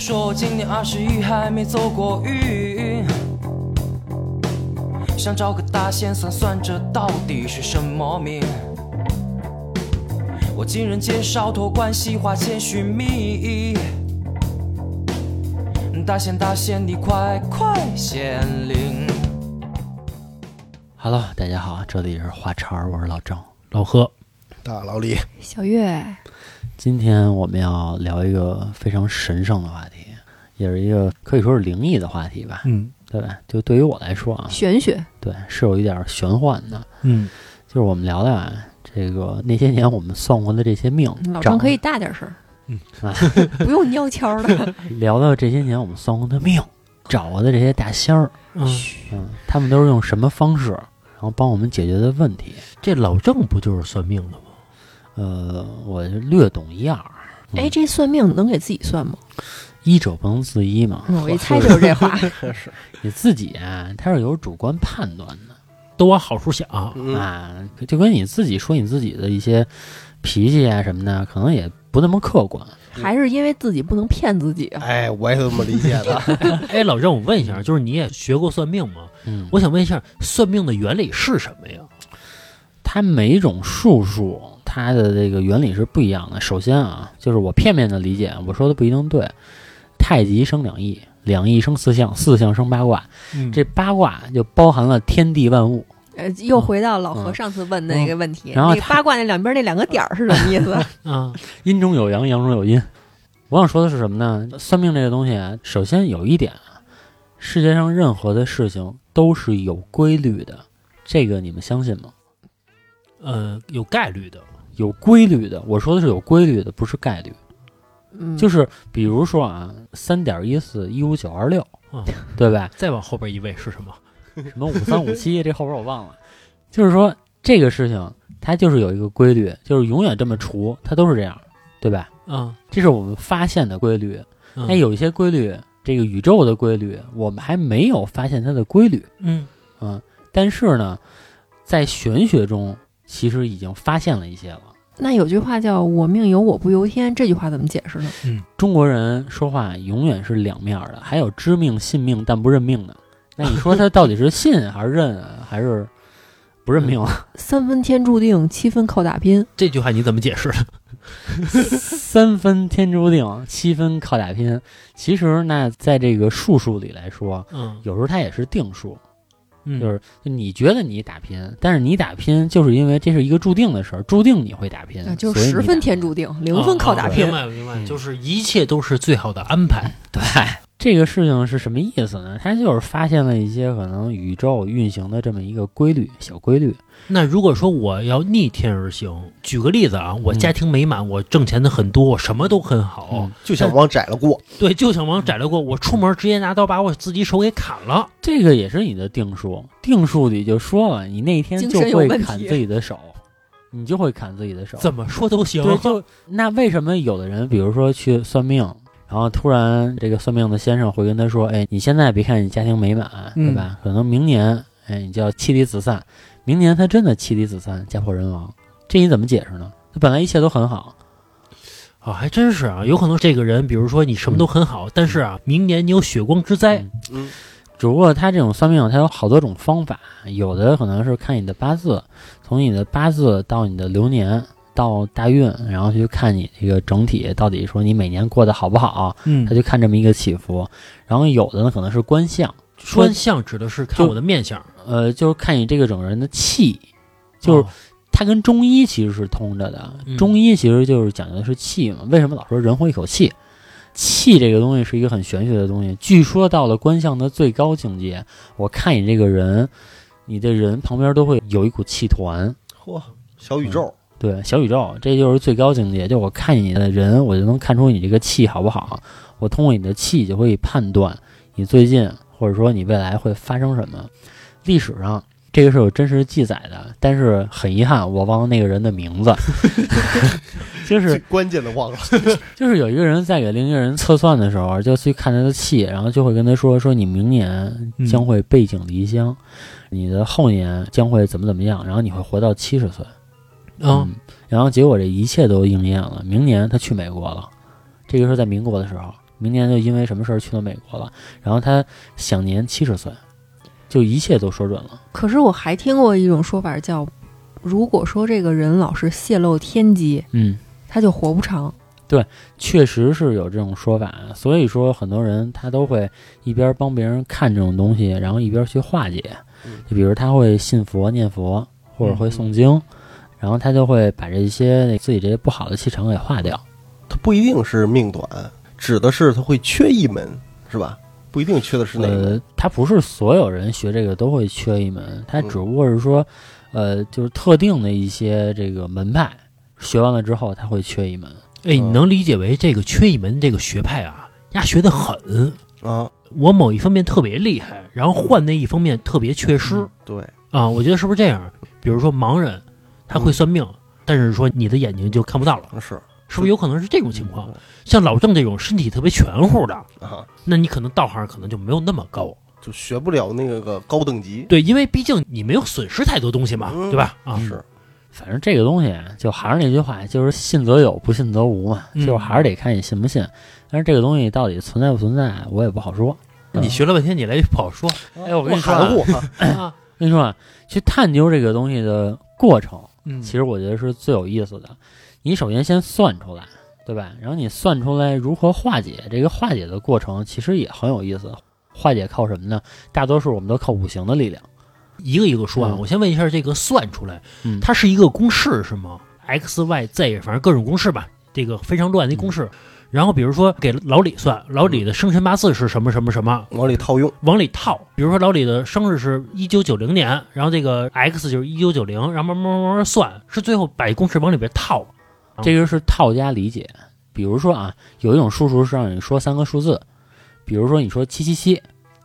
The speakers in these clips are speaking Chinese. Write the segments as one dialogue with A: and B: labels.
A: 说我今年二十一还没走过运，想找个大仙算算这到底是什么命。我经人介绍托关系花钱寻觅，嗯大仙大仙你快快显灵。
B: Hello，大家好，这里是花叉儿，我是老郑。
C: 老贺，
D: 大老李，
E: 小月，
B: 今天我们要聊一个非常神圣的话题，也是一个可以说是灵异的话题吧，
C: 嗯
B: 对吧？就对于我来说啊，
E: 玄学，
B: 对，是有一点玄幻的。
C: 嗯，
B: 就是我们聊聊啊，这个那些年我们算过的这些命，
E: 嗯老
B: 长
E: 郑可以大点声，
C: 嗯
E: 不用尿悄的。
B: 聊聊这些年我们算过的命，找过的这些大仙儿，嗯，他们都是用什么方式，然后帮我们解决的问题。
C: 这老郑不就是算命的吗？
B: 呃，我就略懂一二，
E: 哎，这算命能给自己算吗？
B: 医者不能自医嘛。
E: 嗯我一猜就是 这话。
B: 你自己啊，他是有主观判断的、
C: 都往好处想，
D: 嗯，
B: 啊，就跟你自己说你自己的一些脾气啊什么的，可能也不那么客观。
E: 还是因为自己不能骗自己啊？
D: 哎，我也这么理解 的。
C: 哎，老郑，我问一下，就是你也学过算命吗？
B: 嗯，
C: 我想问一下，算命的原理是什么呀？
B: 它每一种术数，它的这个原理是不一样的。首先啊，就是我片面的理解，我说的不一定对。太极生两仪，两仪生四象，四象生八卦，这八卦就包含了天地万物。
E: 呃，又回到老何
B: 嗯
E: 上次问的那个问题，
B: 然后
E: 那个
B: 他
E: 八卦那两边那两个点儿是什么意 思？
C: 啊，
B: 阴中有阳，阳中有阴。我想说的是什么呢？算命这个东西啊，首先有一点啊，世界上任何的事情都是有规律的，这个你们相信吗？
C: 呃，有概率的，
B: 有规律的，我说的是有规律的，不是概率。
E: 嗯，
B: 就是比如说啊，三点一四一五九二六
C: 嗯，
B: 对吧？
C: 再往后边一位是什么？
B: 什么五三五七，这后边我忘了。就是说这个事情，它就是有一个规律，就是永远这么除，它都是这样，对吧？
C: 啊，
B: 这是我们发现的规律。
C: 嗯
B: 哎，，有一些规律，这个宇宙的规律，我们还没有发现它的规律，
C: 嗯
B: 嗯，但是呢，在玄学中其实已经发现了一些了。
E: 那有句话叫“我命由我不由天”，这句话怎么解释呢？
B: 中国人说话永远是两面儿的，还有知命信命但不认命的。那你说他到底是信还是认啊， 还是不认命啊？
E: 三分天注定，七分靠打拼。
C: 这句话你怎么解释的？
B: 三分天注定，七分靠打拼。其实那在这个术数里来说，
C: 嗯，
B: 有时候它也是定数，
C: 嗯
B: 就是就你觉得你打拼，但是你打拼就是因为这是一个注定的事儿，注定你会打拼
E: 那，啊就
B: 嗯所以你哦
E: 十分
B: 打
E: 天注定，零分靠打拼
C: 哦明。白明白，
B: 嗯
C: 就是一切都是最好的安排。
B: 对这个事情是什么意思呢？它就是发现了一些可能宇宙运行的这么一个规律，小规律。
C: 那如果说我要逆天而行，举个例子啊，我
B: 嗯
C: 家庭美满，我挣钱的很多，我什么都很
E: 哦
C: 好，
B: 嗯
D: 就想往窄了过，
C: 对，就想往窄了过，我出门直接拿刀把我自己手给砍了。
B: 这个也是你的定数，定数里就说了，你那一天
E: 精
B: 就
E: 神有
B: 会
E: 问
B: 砍
E: 题
B: 自己的手，你就会砍自己的手。
C: 怎么说都行。
B: 嗯对，就那为什么有的人，比如说去算命，然后突然这个算命的先生会跟他说：“哎，你现在别看你家庭美满，对吧？可能明年，哎，你就要妻离子散。明年他真的妻离子散，家破人亡，这你怎么解释呢？他本来一切都很好，
C: 啊，还真是啊，有可能这个人，比如说你什么都很好，但是啊，明年你有血光之灾
B: 嗯。
D: 嗯，
B: 只不过他这种算命，他有好多种方法，有的可能是看你的八字，从你的八字到你的流年。”到大运，然后去看你这个整体到底说你每年过得好不好，
C: 嗯
B: 他就看这么一个起伏。然后有的呢可能是观相，
C: 穿相指的是看
B: 就
C: 我的面相，
B: 呃，就是看你这个整个人的气，就是
C: 哦
B: 它跟中医其实是通着的。
C: 嗯
B: 中医其实就是讲究的是气嘛。为什么老说人活一口气？气这个东西是一个很玄学的东西。据说到了观相的最高境界，我看你这个人，你的人旁边都会有一股气团。
D: 嚯，小宇宙，
B: 对，小宇宙，这就是最高境界。就我看你的人，我就能看出你这个气好不好。我通过你的气就会判断你最近或者说你未来会发生什么。历史上这个是有真实记载的，但是很遗憾，我忘了那个人的名字。就是
C: 嗯
D: 最关键的忘了。
B: 就是有一个人在给另一个人测算的时候，就去看他的气，然后就会跟他说说你明年将会背井离乡，你的后年将会怎么怎么样，然后你会活到七十岁。
C: 啊，
B: 嗯，然后结果这一切都应验了。明年他去美国了，这个是在民国的时候，明年就因为什么事儿去了美国了，然后他享年七十岁，就一切都说准了。
E: 可是我还听过一种说法叫，如果说这个人老是泄露天机，
B: 嗯，
E: 他就活不长。
B: 确实是有这种说法，所以说很多人他都会一边帮别人看这种东西，然后一边去化解
D: 嗯。
B: 就比如他会信佛、念佛，或者会诵经，然后他就会把这些自己这些不好的气场给化掉。
D: 它不一定是命短，指的是它会缺一门，是吧？不一定缺的是哪个。
B: 呃，他不是所有人学这个都会缺一门，他
D: 嗯
B: 只不过是说，呃，就是特定的一些这个门派学完了之后，他会缺一门。
C: 哎，你能理解为这个缺一门这个学派啊，呀学得很，
D: 啊，
C: 我某一方面特别厉害，然后换那一方面特别缺失、
D: 嗯对，
C: 啊。我觉得是不是这样？比如说盲人，他会算命，但是说你的眼睛就看不到了，
D: 是
C: 是不是有可能是这种情况
D: 嗯？
C: 像老郑这种身体特别全乎的，
D: 啊，
C: 那你可能道行可能就没有那么高。
D: 就学不了那个高等级。
C: 对，因为毕竟你没有损失太多东西嘛，
D: 嗯
C: 对吧？啊，
D: 是，
B: 反正这个东西啊就还是那句话，就是信则有，不信则无嘛，
C: 嗯
B: 就是还是得看你信不信。但是这个东西到底存在不存在，我也不好说。
C: 你学了半天，你来不好说
B: 哎，我
D: 我含糊啊，
C: 啊。
B: 跟你说啊，去探究这个东西的过程，
C: 嗯，
B: 其实我觉得是最有意思的。你首先先算出来，对吧？然后你算出来如何化解，这个化解的过程其实也很有意思。化解靠什么呢？大多数我们都靠五行的力量。
C: 一个一个说啊。
B: 嗯
C: 我先问一下，这个算出来，
B: 嗯
C: 它是一个公式是吗？x、y、z，反正各种公式吧，这个非常乱的一公式。
B: 嗯
C: 然后比如说给老李算，老李的生辰八字是什么什么什么，
D: 往里套用。
C: 往里套。比如说老李的生日是一九九零年，然后这个 x 就是一九九零，然后慢慢慢慢慢算，是最后把公式往里边套。
B: 这个是套加理解。比如说啊，有一种叔叔是让你说三个数字，比如说你说七七七，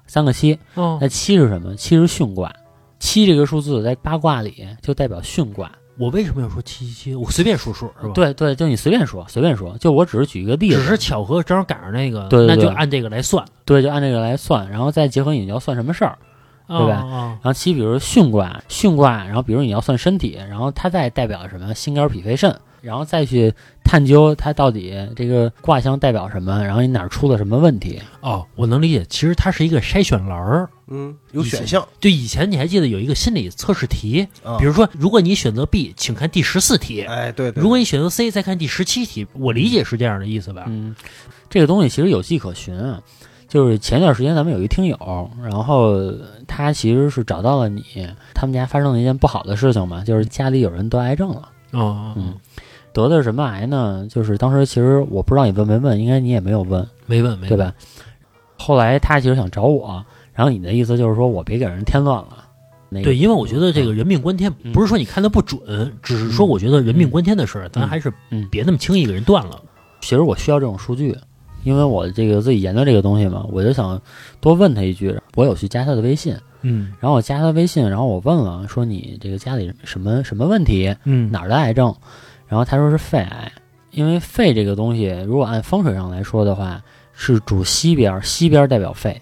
B: 三个七，
C: 哦
B: 那七是什么？七是巽卦，七这个数字在八卦里就代表巽卦。
C: 我为什么要说七七七？我随便数数是吧？，
B: 对对，就你随便说，随便说，就我只是举一个例子，
C: 只是巧合正好赶上那个，
B: 对对
C: 那就
B: 对
C: 按这个来算，
B: 对，就按这个来算，然后再结合你要算什么事儿。对吧
C: 哦？哦
B: 然后七，比如巽卦，巽卦，然后比如你要算身体，然后它再代表什么心肝脾肺肾，然后再去探究它到底这个卦象代表什么，然后你哪儿出了什么问题。
C: 哦，我能理解，其实它是一个筛选栏儿。
D: 嗯，有选项
C: 就以前你还记得有一个心理测试题，
D: 啊
C: 比。如说，如果你选择 B，请看第十四题；
D: 哎，对对，
C: 如果你选择 C，再看第十七题。我理解是这样的意思吧？
B: 嗯，这个东西其实有迹可循啊。就是前段时间咱们有一听友，然后他其实是找到了你，他们家发生了一件不好的事情嘛，就是家里有人得癌症了。
C: 哦，
B: 嗯，得的是什么癌呢？就是当时其实我不知道你问没问，应该你也没有问，
C: 没问没
B: 对
C: 问，
B: 吧？后来他其实想找我，然后你的意思就是说我别给人添乱了。那个、
C: 对，因为我觉得这个人命关天，
B: 嗯
C: 不是说你看的不准，只是说我觉得人命关天的事儿，咱还是
B: 嗯
C: 别那么轻易给人断了。
B: 其实我需要这种数据，因为我这个自己研究这个东西嘛，我就想多问他一句。我有去加他的微信，
C: 嗯
B: 然后我加他微信，然后我问了，说你这个家里什么什么问题，
C: 嗯
B: 哪儿的癌症？然后他说是肺癌，因为肺这个东西，如果按风水上来说的话，是主西边儿，西边儿代表肺，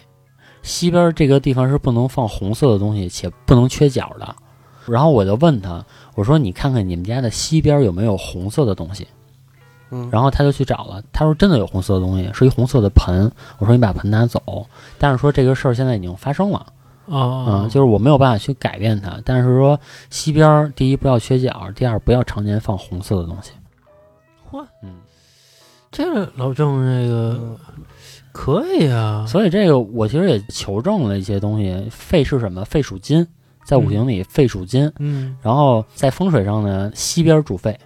B: 西边儿这个地方是不能放红色的东西，且不能缺角的。然后我就问他，我说你看看你们家的西边儿有没有红色的东西？
D: 嗯
B: 然后他就去找了，他说真的有红色的东西，是一红色的盆。我说你把盆拿走，但是说这个事儿现在已经发生了。嗯，
C: 哦，
B: 就是我没有办法去改变它，但是说西边儿第一不要缺角，第二不要常年放红色的东西。
C: 嚯，
B: 嗯，
C: 这老郑这个
D: 嗯
C: 可以啊，
B: 所以这个我其实也求证了一些东西，肺是什么？肺属金，在五行里肺属金，
C: 嗯
B: 然后在风水上呢，西边儿主肺。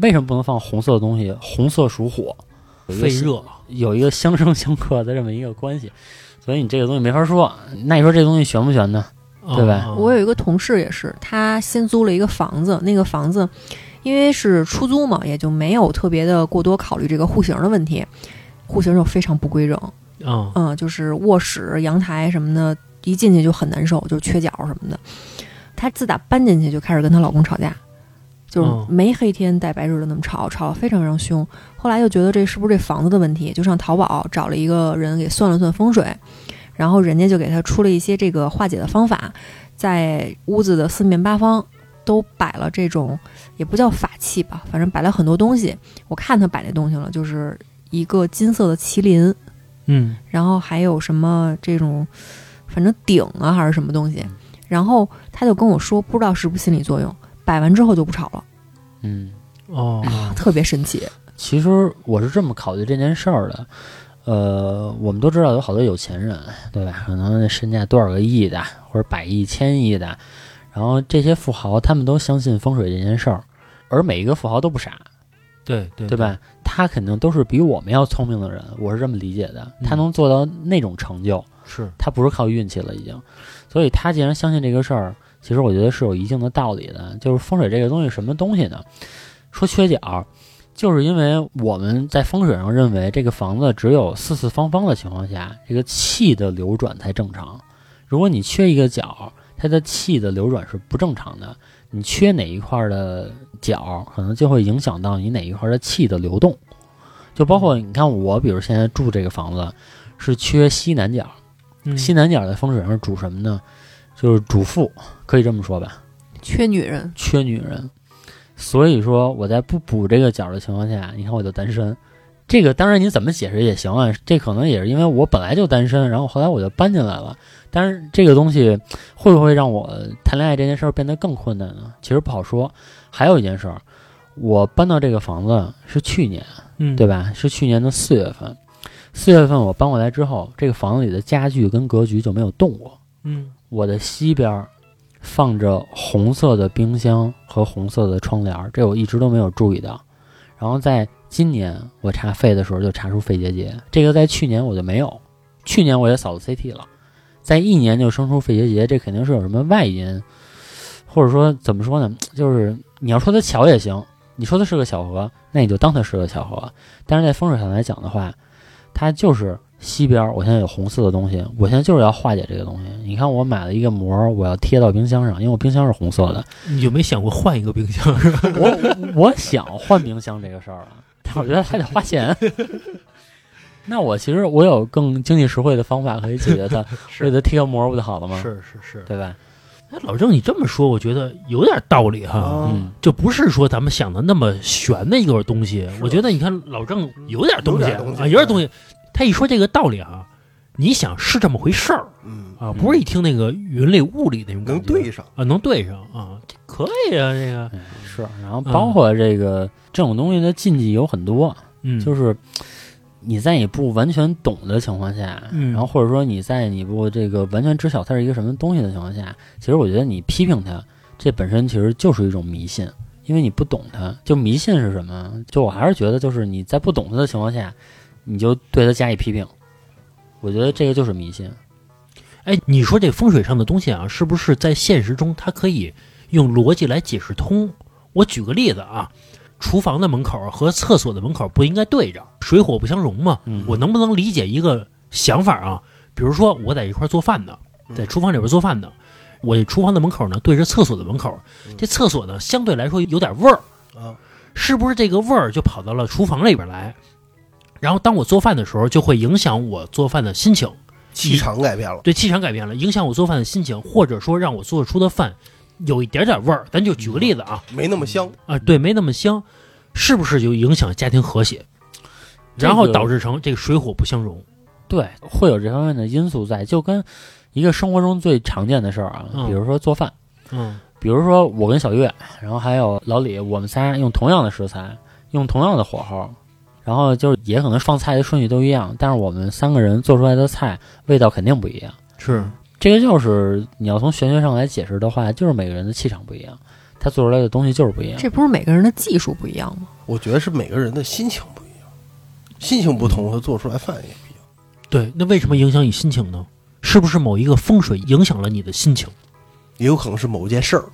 B: 为什么不能放红色的东西？红色属火，有一个
C: 肺热，
B: 有一个相生相克的这么一个关系，所以你这个东西没法说。那你说这东西玄不玄呢？对吧
C: 哦
E: 我有一个同事也是，他新租了一个房子，那个房子因为是出租嘛，也就没有特别的过多考虑这个户型的问题，户型就非常不规整，
C: 啊
E: 嗯，就是卧室、阳台什么的，一进去就很难受，就缺角什么的。她自打搬进去就开始跟她老公吵架，就是
C: 哦
E: 没黑天带白日的那么吵，吵得非常非常凶。后来就觉得这是不是这房子的问题，就上淘宝找了一个人给算了算风水，然后人家就给她出了一些这个化解的方法，在屋子的四面八方都摆了这种也不叫法器吧，反正摆了很多东西。我看她摆那东西了，就是一个金色的麒麟，
C: 嗯
E: 然后还有什么这种，反正鼎啊还是什么东
B: 嗯
E: 西。然后他就跟我说，不知道是不是心理作用，摆完之后就不吵了，
B: 嗯，
C: 哦，
E: 特别神奇。
B: 其实我是这么考虑这件事儿的。呃，我们都知道有好多有钱人，对吧？可能身价多少个亿的，或者百亿、千亿的。然后这些富豪，他们都相信风水这件事儿，而每一个富豪都不傻，
C: 对对
B: 对？吧？他肯定都是比我们要聪明的人，我是这么理解的。他
C: 嗯
B: 能做到那种成就，
C: 是，
B: 他不是靠运气了已经。所以他既然相信这个事儿，其实我觉得是有一定的道理的。就是风水这个东西，什么东西呢？说缺角，就是因为我们在风水上认为这个房子只有四四方方的情况下，这个气的流转才正常。如果你缺一个角，它的气的流转是不正常的。你缺哪一块儿的角，可能就会影响到你哪一块儿的气的流动。就包括你看我，比如现在住这个房子是缺西南角，
C: 嗯
B: 西南角的风水上是主什么呢？就是主妇，可以这么说吧，
E: 缺女人，
B: 缺女人。所以说我在不补这个角的情况下，你看我就单身。这个当然你怎么解释也行啊，这可能也是因为我本来就单身，然后后来我就搬进来了。但是这个东西会不会让我谈恋爱这件事儿变得更困难呢？其实不好说。还有一件事儿，我搬到这个房子是去年，
C: 嗯
B: 对吧？是去年的四月份。四月份我搬过来之后，这个房子里的家具跟格局就没有动过。
C: 嗯
B: 我的西边儿放着红色的冰箱和红色的窗帘儿，这我一直都没有注意到。然后在今年我查肺的时候就查出肺结节，这个在去年我就没有，去年我也扫了 CT 了，在一年就生出肺结节，这肯定是有什么外因，或者说怎么说呢？就是你要说它巧也行，你说它是个巧合，那你就当它是个巧合。但是在风水上来讲的话，它就是西边儿，我现在有红色的东西，我现在就是要化解这个东西。你看，我买了一个膜儿，我要贴到冰箱上，因为我冰箱是红色的。
C: 你有没有想过换一个冰箱？是吧
B: 我我想换冰箱这个事儿了，但我觉得还得花钱。那我其实我有更经济实惠的方法可以解决 它，我给它贴个膜儿不就好了吗？
C: 是是是。
B: 对吧？
C: 哎，老郑，你这么说，我觉得有点道理哈。
D: 啊
B: 嗯，
C: 就不是说咱们想的那么玄的一个东西。
D: 是
C: 我觉得你看老郑有点东
D: 有
C: 西
D: 点东西
C: 啊，有点东西。他一说这个道理啊，你想是这么回事儿
D: 嗯，
C: 啊，不是一听那个云里雾里那种感
D: 能
C: 觉
D: 对上，哎
C: 啊，能对上啊，这可以啊，这个
B: 嗯是。然后包括这个、这种东西的禁忌有很多，
C: 嗯，
B: 就是是你在你不完全懂的情况下，
C: 嗯
B: 然后或者说你在你不这个完全知晓它是一个什么东西的情况下，其实我觉得你批评它，这本身其实就是一种迷信，因为你不懂它。就迷信是什么？就我还是觉得就是你在不懂它的情况下，你就对它加以批评，我觉得这个就是迷信。
C: 哎，你说这风水上的东西啊，是不是在现实中它可以用逻辑来解释通？我举个例子啊，厨房的门口和厕所的门口不应该对着，水火不相容嘛。
B: 嗯
C: 我能不能理解一个想法啊？比如说我在一块儿做饭呢，在厨房里边做饭呢，我这厨房的门口呢对着厕所的门口，这厕所呢相对来说有点味儿
D: 啊，
C: 是不是这个味儿就跑到了厨房里边来？然后当我做饭的时候，就会影响我做饭的心情。
D: 气场改变了，
C: 对气场改变了，影响我做饭的心情，或者说让我做出的饭有一点点味儿。咱就举个例子啊，
D: 没那么香，
C: 啊，对，没那么香，是不是就影响家庭和谐？
B: 这个
C: 然后导致成这个水火不相容。
B: 对，会有这方面的因素在，就跟一个生活中最常见的事儿啊，
C: 嗯
B: 比如说做饭。
C: 嗯
B: 比如说我跟小月，然后还有老李，我们仨用同样的食材，用同样的火候，然后就是也可能放菜的顺序都一样，但是我们三个人做出来的菜味道肯定不一样。
C: 是，
B: 这个就是你要从玄学上来解释的话，就是每个人的气场不一样，他做出来的东西就是不一样。
E: 这不是每个人的技术不一样吗？
D: 我觉得是每个人的心情不一样，心情不同，他做出来饭也不一样。
C: 对。那为什么影响你心情呢？是不是某一个风水影响了你的心情？
D: 也有可能是某件事儿，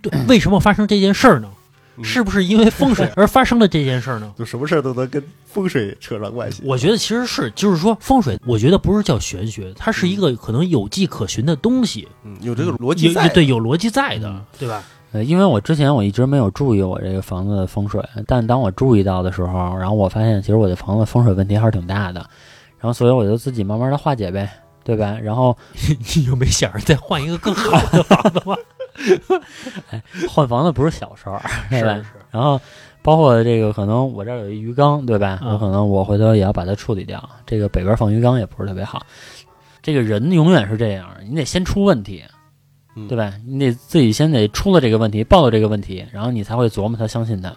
C: 对，为什么发生这件事儿呢？
D: 嗯
C: 是不是因为风 水而发生了这件事儿呢？
D: 就什么事儿都能跟风水扯上关系。
C: 我觉得其实是，就是说风水，我觉得不是叫玄学，它是一个可能有迹可循的东西，
D: 嗯，有这个嗯逻
C: 有
D: 辑在，
C: 对有逻辑在的
B: 嗯，
C: 对吧？
B: 呃，因为我之前我一直没有注意我这个房子的风水，但当我注意到的时候，然后我发现其实我的房子风水问题还是挺大的，然后所以我就自己慢慢的化解呗，对吧？然后
C: 你有没想着再换一个更好的房子吗？
B: 换房子不是小事儿，对吧？
C: 是，
B: 然后包括这个可能我这儿有一鱼缸，对吧？
C: 嗯
B: 我可能我回头也要把它处理掉。这个北边放鱼缸也不是特别好。这个人永远是这样，你得先出问题，
D: 嗯
B: 对吧？你得自己先得出了这个问题，报了这个问题，然后你才会琢磨它，相信它。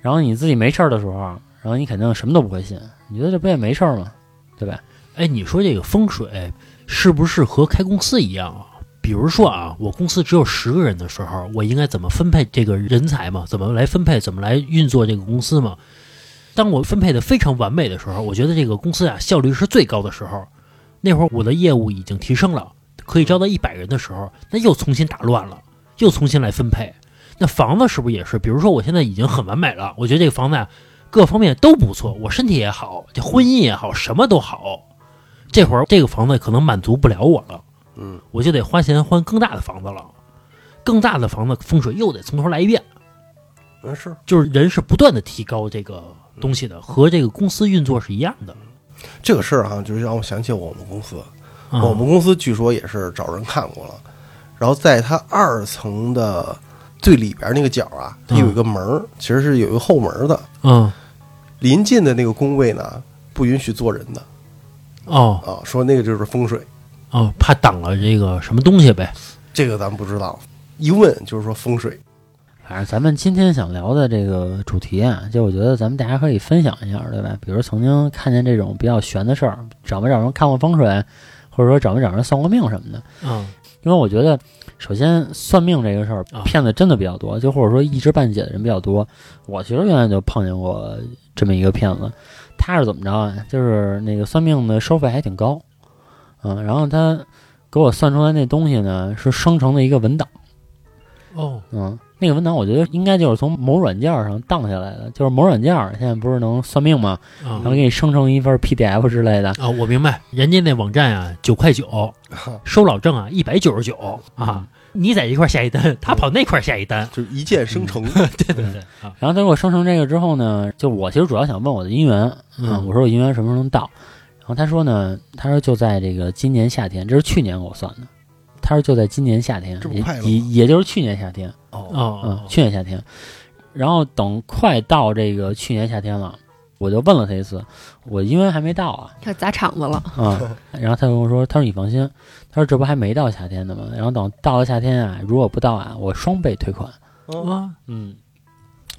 B: 然后你自己没事儿的时候，然后你肯定什么都不会信，你觉得这不也没事儿吗？对吧？
C: 哎，你说这个风水是不是和开公司一样啊？比如说啊，我公司只有十个人的时候，我应该怎么分配这个人才嘛？怎么来分配？怎么来运作这个公司嘛？当我分配的非常完美的时候，我觉得这个公司啊效率是最高的时候。那会儿我的业务已经提升了，可以招到一百人的时候，那又重新打乱了，又重新来分配。那房子是不是也是？比如说我现在已经很完美了，我觉得这个房子啊各方面都不错，我身体也好，这婚姻也好，什么都好。这会儿这个房子可能满足不了我了，
D: 嗯，
C: 我就得花钱换更大的房子了。更大的房子风水又得从头来一遍，
D: 嗯是。
C: 就是人是不断的提高这个东西的，和这个公司运作是一样的。
D: 这个事儿哈、就是让我想起我们公司，嗯
C: 啊
D: 我们公司据说也是找人看过了，然后在它二层的最里边那个角啊，它
C: 嗯
D: 有一个门儿，其实是有一个后门儿的，
C: 嗯
D: 临近的那个工位呢不允许坐人的
C: 哦
D: 啊，说那个就是风水，
C: 哦，怕挡了这个什么东西呗。
D: 这个咱们不知道，一问就是说风水，
B: 反正咱们今天想聊的这个主题啊，就我觉得咱们大家可以分享一下，对吧？比如曾经看见这种比较悬的事儿，找没找人看过风水，或者说找没找人算过命什么的。
C: 嗯
B: 因为我觉得，首先算命这个事儿
C: 啊，
B: 骗子真的比较多，就或者说一知半解的人比较多。我其实原来就碰见过这么一个骗子，他是怎么着啊？就是那个算命的收费还挺高，嗯，然后他给我算出来那东西呢是生成的一个文档。
C: 哦
B: 嗯，那个文档我觉得应该就是从某软件上荡下来的，就是某软件儿现在不是能算命吗？
C: 啊
D: 嗯
B: 然后给你生成一份 PDF 之类的，
C: 啊，我明白，人家那网站啊九块 九，收老郑啊一百九十九
D: 嗯
C: 啊，你在这块儿下一单，他跑那块儿下一单。
D: 就是一键生成。
C: 对对对啊，
B: 然后他给我生成这个之后呢，就我其实主要想问我的姻缘，
C: 嗯
B: 我说我姻缘什么时候能到？然后他说呢，他说就在这个今年夏天，这是去年给我算的，他说就在今年夏天
D: 这，么
B: 也
D: 快了吗
B: 也也就是去年夏天，嗯
C: 哦，
B: 去年夏天。然后等快到这个去年夏天了，我就问了他一次，我姻缘还没到啊，
E: 要砸场子了，
B: 啊，然后他跟我说，他说你放心，他说这不还没到夏天呢吗？然后等到了夏天啊，如果不到啊，我双倍退款。
C: 啊
B: 嗯，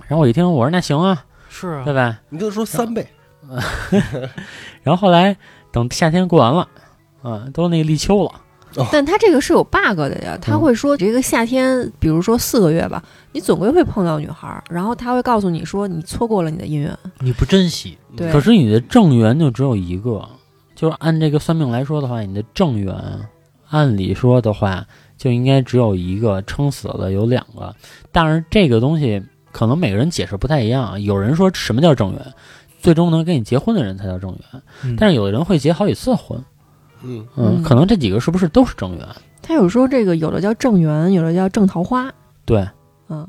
B: 然后我一听，我说那行啊，
C: 是啊
B: 对，吧？
D: 你跟他说三倍，
B: 然后后来等夏天过完了，啊，都那个立秋了，
E: 但他这个是有 bug 的呀。他
B: 嗯
E: 会说这个夏天，比如说四个月吧，你总归会碰到女孩儿，然后他会告诉你说你错过了你的姻缘。
C: 你不珍惜，
B: 嗯
E: 对，
B: 可是你的正缘就只有一个，就是按这个算命来说的话，你的正缘，按理说的话就应该只有一个，撑死了有两个。但是这个东西可能每个人解释不太一样啊，有人说什么叫正缘，最终能跟你结婚的人才叫正缘。但
C: 是
B: 是有的人会结好几次婚，
D: 嗯，
B: 嗯，
E: 嗯
B: 可能这几个是不是都是正缘？
E: 他有时候这个有的叫正缘，有的叫正桃花，
B: 对，
E: 嗯，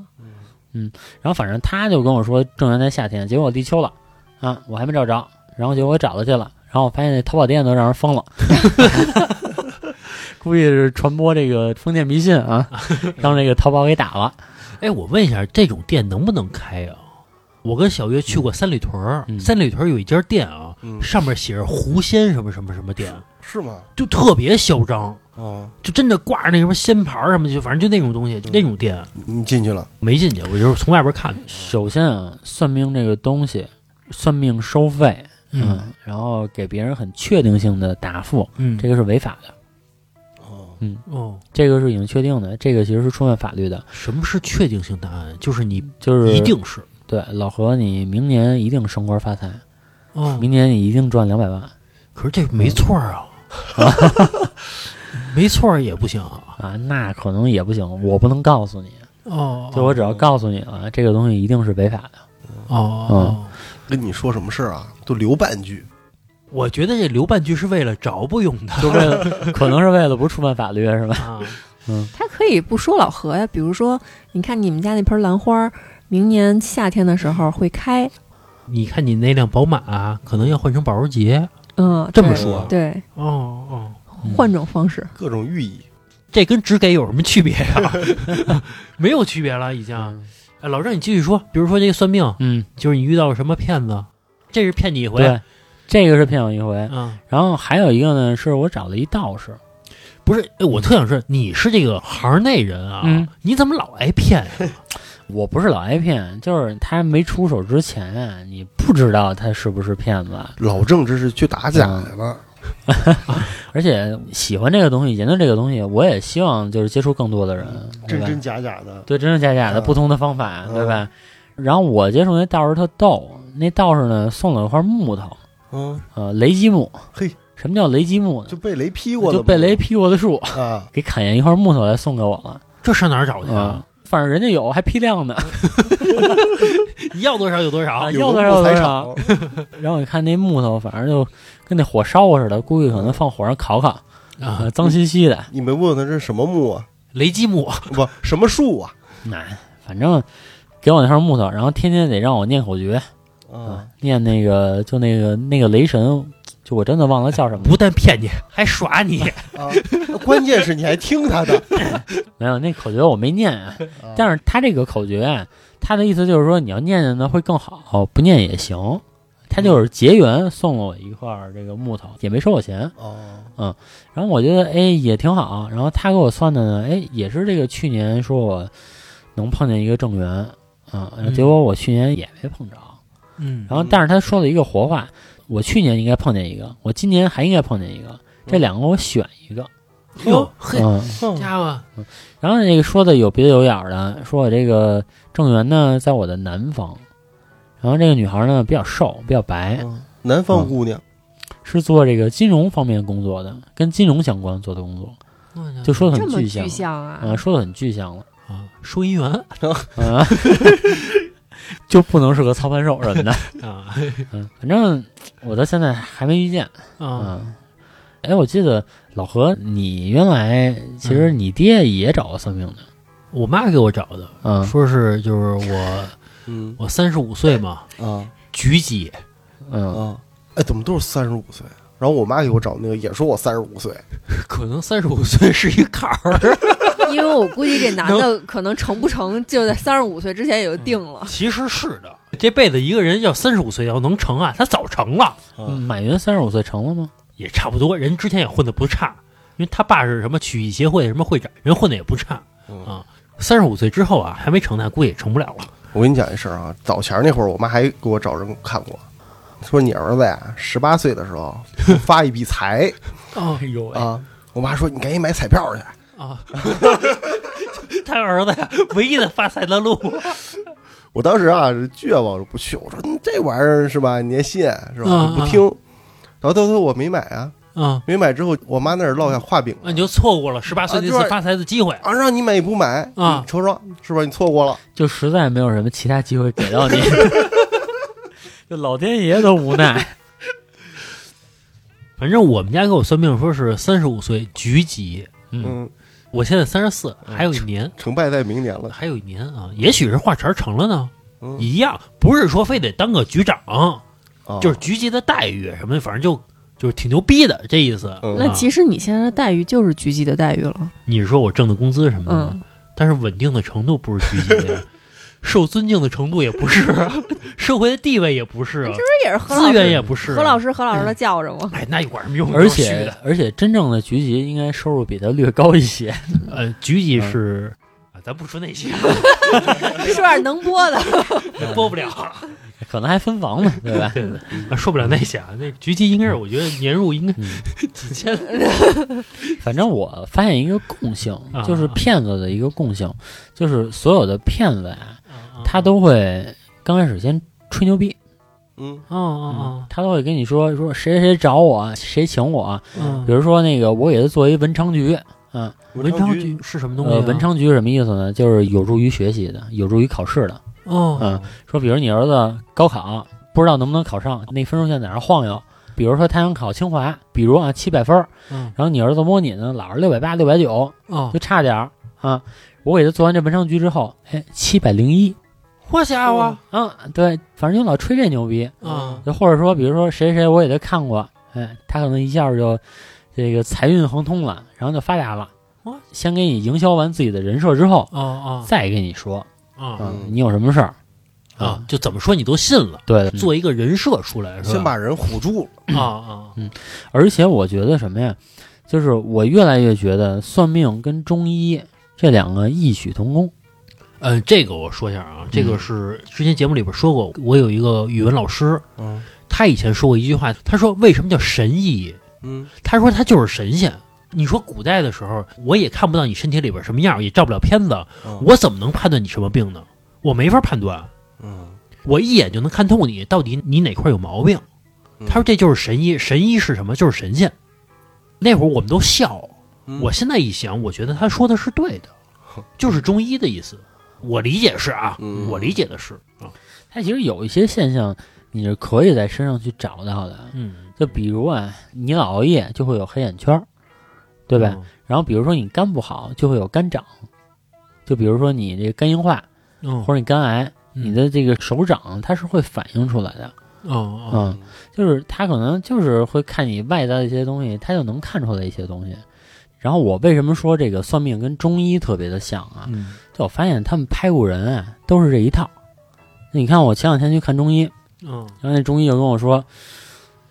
B: 然后反正他就跟我说正缘在夏天，结果我立秋了，啊，我还没找着，然后结果我找了去了，然后我发现那淘宝店都让人封了， 估计是传播这个封建迷信 啊，让这个淘宝给打了，
C: 哎，我问一下，这种店能不能开啊？我跟小月去过三里屯儿，
B: 嗯
C: 三里屯儿有一家店啊，
D: 嗯
C: 上面写着“狐仙”什么什么什么店，
D: 是吗？
C: 就特别嚣张，
D: 哦，
C: 就真的挂着那什么仙牌儿什么，就反正就那种东西，就那种店
D: 你进去了，
C: 没进去，我就是从外边看的。
B: 首先啊，算命这个东西，算命收费，
C: 嗯
B: 嗯，然后给别人很确定性的答复，
C: 嗯，
B: 这个是违法的，
D: 哦，
C: 哦，
B: 这个是已经确定的，这个其实是触犯法律的，
C: 什么是确定性答案？就是你
B: 就是
C: 一定是
B: 对，老何，你明年一定升官发财，
C: 哦，
B: 明年你一定赚两百万
C: 可是这没错儿 啊，没错儿也不行啊。
B: 啊！那可能也不行，我不能告诉你，
C: 哦，
B: 就我只要告诉你了，这个东西一定是违法的。
C: 哦哦，
D: 跟你说什么事儿啊，都留半句，
C: 我觉得这留半句是为了找补用的
B: 就为 了，可能是为了不触犯法律， 是吧？
C: 啊。
E: 他可以不说老何呀，比如说，你看你们家那盆兰花儿，明年夏天的时候会开，
C: 你看你那辆宝马、可能要换成保时捷。
E: 嗯，
C: 这么
E: 对
C: 说
E: 对，
C: 哦哦，
B: 嗯
E: 换种方式，
D: 各种寓意。
C: 这跟只给有什么区别呀、没有区别了，已经。
B: 嗯
C: 哎，老郑，你继续说，比如说这个算命，
B: 嗯，
C: 就是你遇到了什么骗子，这是骗你一回，
B: 对，这个是骗我一回。
C: 啊，
B: 然后还有一个呢，是我找了一道士，
C: 不是，哎，我特想说，你是这个行内人啊，
B: 嗯
C: 你怎么老挨骗呀、
B: 我不是老挨骗，就是他没出手之前啊，你不知道他是不是骗子，
D: 老郑这是去打假
B: 嗯
D: 的了，
B: 而且喜欢这个东西，研究这个东西，我也希望就是接触更多的人，对
D: 真
B: 吧？
D: 真假假的。
B: 对真真假假的
D: 嗯
B: 不同的方法，
D: 嗯
B: 对吧？然后我接触那道士特逗，那道士呢送了我一块木头，
D: 嗯，
B: 呃，雷击木。
D: 嘿，
B: 什么叫雷击木呢？
D: 就被雷劈过了，
B: 就被雷劈过的树
D: 啊！
B: 给砍下一块木头来送给我了。
C: 这上哪儿找去
B: 嗯
C: 啊？，
B: 反正人家有还批量的，
C: 你要多少有多少
B: 啊，
D: 有
B: 要啊
D: 个
B: 多少
D: 木材
B: 有多
D: 厂
B: 少， 然后我看那木头，反正就跟那火烧似的，估计可能放火上烤烤，
C: 啊
B: 啊，脏兮兮的。
D: 你没问问他这是什么木啊？
C: 雷击木，
D: 不，什么树啊？
B: 那哎反正给我那块木头，然后天天得让我念口诀，
D: 啊，
B: 念那个就那个那个雷神，就我真的忘了叫什么了。
C: 不但骗你，还耍你，
D: 啊，关键是你还听他 的，
B: 没有那口诀我没念啊，
D: 啊
B: 但是他这个口诀啊，他的意思就是说你要念念呢会更好，不念也行。他就是结缘送了我一块儿这个木头，也没收我钱。
D: 哦，
B: 然后我觉得哎也挺好，然后他给我算的呢，哎也是这个去年说我能碰见一个正缘啊，然后结果我去年也没碰着，
C: 嗯
B: 然后但是他说了一个活话，我去年应该碰见一个，我今年还应该碰见一个，这两个我选一个，
C: 哟嘿，
B: 嗯，
C: 家伙，
B: 然后那个说的有鼻子有眼儿的，说我这个郑源呢在我的南方，然后这个女孩呢比较瘦，比较白，
D: 嗯南方姑娘，
B: 是做这个金融方面工作的，跟金融相关做的工作，就说的
E: 这
B: 很
E: 么
B: 具
E: 具
B: 象
E: 象
B: 啊、
E: 啊！
B: 说的很具 象了
C: 啊，收银员
B: 啊，就不能是个操盘手什么的，
C: 啊
B: 嗯，反正我到现在还没遇见，
C: 啊，
B: 嗯，哎，我记得老何，你原来其实你爹也找过算命的，
C: 我妈给我找的，
B: 嗯，
C: 说是就是我
D: 嗯
C: 我三十五岁嘛，
D: 啊
C: 局姐
B: 嗯，
D: 啊，哎，怎么都是三十五岁？啊然后我妈给我找那个也说我三十五岁，
C: 可能三十五 岁是一坎儿。
E: 因为我估计这男的可能成不成就在三十五岁之前也就定了。
C: 其实是的，这辈子一个人要三十五岁要能成啊，他早成了，
D: 嗯
B: 马云三十五岁成了吗？
C: 也差不多。人之前也混得不差，因为他爸是什么曲艺协会什么会长，人混得也不差
D: 嗯
C: 啊。三十五岁之后啊，还没成呢，估计也成不了了。
D: 我跟你讲一事儿啊，早前那会儿，我妈还给我找人看过，说你儿子呀，十八岁的时 候发一笔财
C: 哎呦喂
D: 啊，我妈说你赶紧买彩票去，
C: 啊！ 他儿子呀，唯一的发财的路，
D: 我当时啊倔吧，我说不去，我说你这玩意儿是吧，你也信是吧？
C: 嗯
D: 你不听，然后到最后我没买啊，
C: 啊
D: 没买之后，我妈那儿落下画饼
C: 那你就错过了十八岁那
D: 啊
C: 次
D: 对
C: 发财的机会。
D: 啊，让你买也不买
C: 啊
D: 你瞅瞅是吧？你错过了，
B: 就实在没有什么其他机会给到 你，就老天爷都无奈。
C: 反正我们家给我算命说是三十五岁局级，
B: 嗯，
D: 嗯，
C: 我现在三十四，还有一年，
D: 成败在明年了，
C: 还有一年啊，也许是话茬儿成了呢。
D: 嗯
C: 一样，不是说非得当个局长，
D: 啊
C: 就是局级的待遇什么的，反正就就是挺牛逼的这意思。啊
D: 嗯
E: 那其实你现在的待遇就是局级的待遇了，
C: 你是说我挣的工资什么的吗，
E: 嗯，
C: 但是稳定的程度不是局级的呀，受尊敬的程度也不是 啊，社会的地位也不是啊，
E: 哎这也是何老
C: 资
E: 师
C: 源也不是啊。
E: 何老师何老师的叫着吗？
C: 哎，那有管什么用啊？
B: 而
C: 都是虚
B: 且
C: 的
B: 而且真正的局级应该收入比他略高一些。
C: 呃，局级是，啊咱不说那些，
E: 说点能播的，
C: 播不了。
B: 可能还分房呢，对 吧？
C: 对对，啊说不了那些啊，那局级应该是，我觉得年入应该
B: 嗯
C: 几千。
B: 反正我发现一个共性
C: 啊，
B: 就是骗子的一个共性，就是所有的骗子呀，
C: 啊
B: 他都会刚开始先吹牛逼，
D: 嗯
B: 哦
C: 啊啊
B: 他都会跟你说说谁谁谁找我，谁请我，
C: 啊
B: 比如说那个我给他做一文昌局，嗯，
C: 文昌
D: 局
C: 局是什么东西啊？
B: 呃，文昌局是什么意思呢？就是有助于学习的，有助于考试的。
C: 哦
B: 嗯，说，比如你儿子高考不知道能不能考上，那分数线在那儿晃悠。比如说他想考清华，比如啊七百分儿，
C: 嗯
B: 然后你儿子摸你呢，老是六百八、六百九，
C: 哦，
B: 就差点儿啊。我给他做完这文昌局之后，哎，七百零一，
C: 我家伙
B: 嗯，对，反正就老吹这牛逼。
C: 啊
B: 就或者说，比如说谁谁我给他看过，哎，他可能一下就这个财运亨通了，然后就发达了
C: 哇。
B: 先给你营销完自己的人设之后，
C: 哦哦
B: 再给你说，
C: 啊
B: 嗯，你有什么事儿？
C: 啊，就怎么说你都信了，
B: 对的，
C: 做一个人设出来是吧？
D: 先把人唬住了。
C: 啊啊，
B: 而且我觉得什么呀，就是我越来越觉得算命跟中医这两个异曲同工。
C: 呃，这个我说一下啊，这
B: 嗯
C: 个是之前节目里边说过，我有一个语文老师，
D: 嗯
C: 他以前说过一句话，他说为什么叫神医？
D: 嗯
C: 他说他就是神仙。你说古代的时候，我也看不到你身体里边什么样，也照不了片子，
D: 嗯
C: 我怎么能判断你什么病呢？我没法判断，
D: 嗯，
C: 我一眼就能看透你到底你哪块有毛病。
D: 嗯
C: 他说这就是神医，神医是什么？就是神仙。那会儿我们都笑，
D: 嗯
C: 我现在一想，我觉得他说的是对的，就是中医的意思。我理解是啊，
D: 嗯
C: 我理解的是啊，
B: 它其实有一些现象，你是可以在身上去找到的。
C: 嗯，
B: 就比如啊，你老熬夜就会有黑眼圈儿，对吧？然后比如说你肝不好就会有肝长，就比如说你这个肝硬化
C: 嗯？
B: 或者你肝癌，你的这个手掌它是会反映出来的。
C: 嗯哦哦，
B: 嗯，就是他可能就是会看你外在的一些东西，他就能看出来一些东西。然后我为什么说这个算命跟中医特别的像啊？
C: 嗯
B: 就我发现他们拍古人啊都是这一套。你看我前两天去看中医，
C: 嗯
B: 然后那中医就跟我说，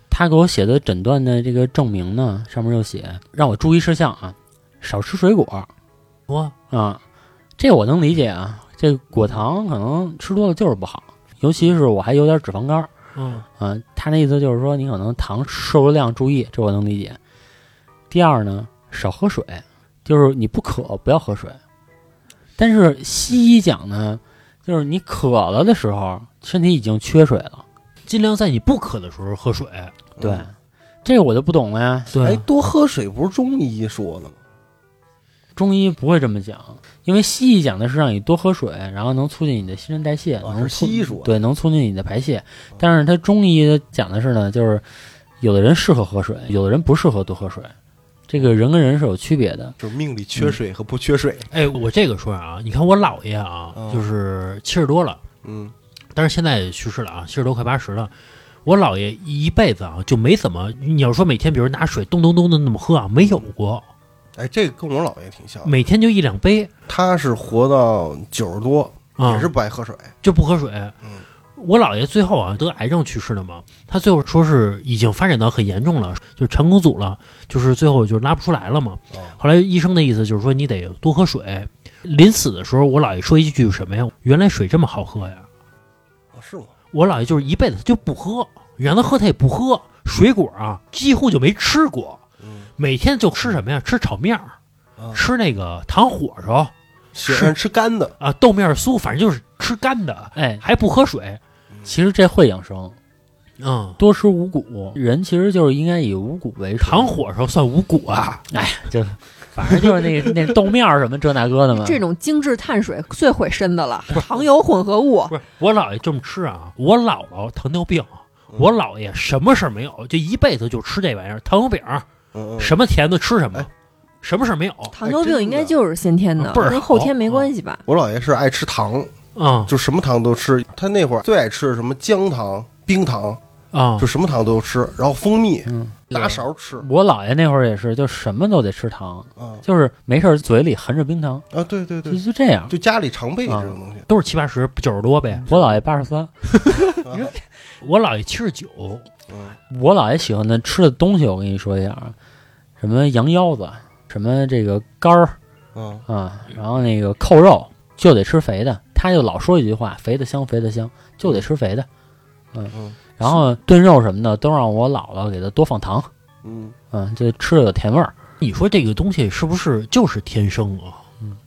B: 他给我写的诊断的这个证明呢，上面就写让我注意事项啊，少吃水果
C: 我
B: 啊，这我能理解啊，这果糖可能吃多了就是不好，尤其是我还有点脂肪肝儿。
C: 嗯
B: 啊，他那意思就是说，你可能糖摄入量注意，这我能理解。第二呢，少喝水，就是你不渴不要喝水。但是西医讲呢，就是你渴了的时候，身体已经缺水了。
C: 尽量在你不渴的时候喝水。
B: 对，这个我就不懂了呀。
D: 嗯哎
C: 对，，
D: 多喝水不是中医说的吗？
B: 中医不会这么讲，因为西医讲的是让你多喝水，然后能促进你的新陈代谢，
D: 哦
B: 能
D: 是西医说的
B: 对，能促进你的排泄。但是它中医讲的是呢，就是有的人适合喝水，有的人不适合多喝水，这个人跟人是有区别的。
D: 就是命里
C: 嗯
D: 缺水和不缺水。
C: 哎，我这个说啊，你看我姥爷啊，
D: 嗯
C: 就是七十多了，
D: 嗯
C: 但是现在去世了啊，七十多快八十了。我姥爷一辈子啊就没怎么，你要说每天比如拿水咚咚咚的那么喝啊，没有过，
D: 哎，这个跟我姥爷挺像的，
C: 每天就一两杯
D: 他是活到九十多，
C: 啊，
D: 也是不爱喝水。
C: 就不喝水。
D: 嗯
C: 我姥爷最后啊得癌症去世的嘛，他最后说是已经发展到很严重了，就是肠梗阻了，就是最后就拉不出来了嘛。
D: 哦
C: 后来医生的意思就是说你得多喝水。临死的时候，我姥爷说一句什么呀？原来水这么好喝呀！
D: 哦是吗？
C: 我姥爷就是一辈子他就不喝，让他喝他也不喝，水果啊几乎就没吃过，
D: 嗯，
C: 每天就吃什么呀？吃炒面儿，
D: 啊
C: 吃那个糖火烧
D: 喜欢吃干的。
C: 啊，豆面酥，反正就是吃干的，
B: 哎，
C: 还不喝水。
B: 其实这会养生，
C: 嗯，
B: 多吃五谷，人其实就是应该以五谷为主。
C: 糖火烧算五谷啊？
B: 就反正就是 那那豆面儿什么这那哥的嘛。
E: 这种精致碳水最毁身的了，糖油混合物。
C: 不是， 我姥爷这么吃啊，我姥姥糖尿病，
D: 嗯
C: 我姥爷什么事儿没有，就一辈子就吃这玩意儿，糖油饼，
D: 嗯嗯
C: 什么甜的吃什么
D: 哎，
C: 什么事儿没有
E: 糖尿病应该就是先天的
C: 哎，真的
E: 跟后天没关系吧？
D: 我姥爷是爱吃糖，
C: 啊
D: 就什么糖都吃。他那会儿最爱吃什么姜糖、冰糖，
C: 啊
D: 就！什么糖都吃，然后蜂蜜
B: 嗯，
D: 拿勺吃。
B: 我姥爷那会儿也是，就什么都得吃糖，
C: 嗯
D: 啊
B: 就是没事儿嘴里含着冰糖，
D: 啊，对对
B: 就
D: 对，
B: 就这样。
D: 就家里常备
B: 啊
D: 这种东西。
C: 都是七八十、九十多
D: 嗯
C: 呗。
B: 我姥爷八十三，
C: 我姥爷七十九，
D: 嗯
B: 我姥爷喜欢的吃的东西，我跟你说一下啊，什么羊腰子，什么这个肝儿
D: 嗯
B: 啊，然后那个扣肉就得吃肥的，他就老说一句话，肥的香，肥的香，就得吃肥的。
D: 嗯
B: 然后炖肉什么的都让我姥姥给他多放糖，
D: 嗯，
B: 嗯，就吃的有甜味儿。
C: 你说这个东西是不是就是天生啊？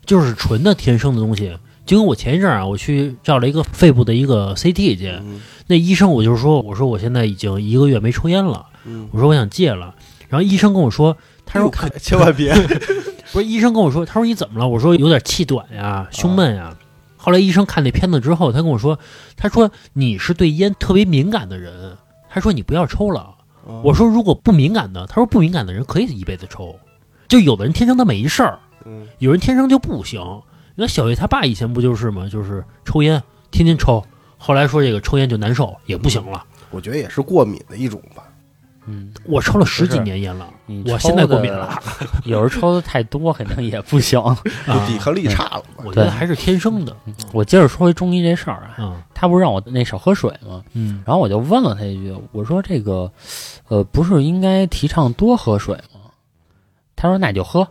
C: 就是纯的天生的东西。就跟我前一阵儿啊，我去照了一个肺部的一个 CT 去，
D: 嗯
C: 那医生我就说，我说我现在已经一个月没抽烟了，
D: 嗯，
C: 我说我想戒了，然后医生哎跟我说，他说
D: 哟
C: 看
D: 可千万别。
C: 不是医生跟我说，他说你怎么了？我说有点气短呀，胸闷呀。后来医生看那片子之后，他跟我说，他说你是对烟特别敏感的人，他说你不要抽了。我
D: 我
C: 说如果不敏感的，他说不敏感的人可以一辈子抽，就有的人天生他没事儿，
D: 嗯
C: 有人天生就不行。你看小月他爸以前不就是吗？就是抽烟，天天抽，后来说这个抽烟就难受，也不行了。
D: 我觉得也是过敏的一种吧。
B: 嗯，
C: 我抽了十几年烟了，
B: 你
C: 我
B: 抽
C: 现在过
B: 的
C: 敏了，嗯啊，
B: 有时候抽的太多肯定也不行。
D: 就抵抗力差了 嘛。
C: 我觉得
B: 对
C: 还是天生的。
B: 我接着说回中医这事儿啊，
C: 啊，
B: 他不是让我那少喝水吗？
C: 嗯
B: 然后我就问了他一句，我说这个，呃，不是应该提倡多喝水吗？他说那你就喝，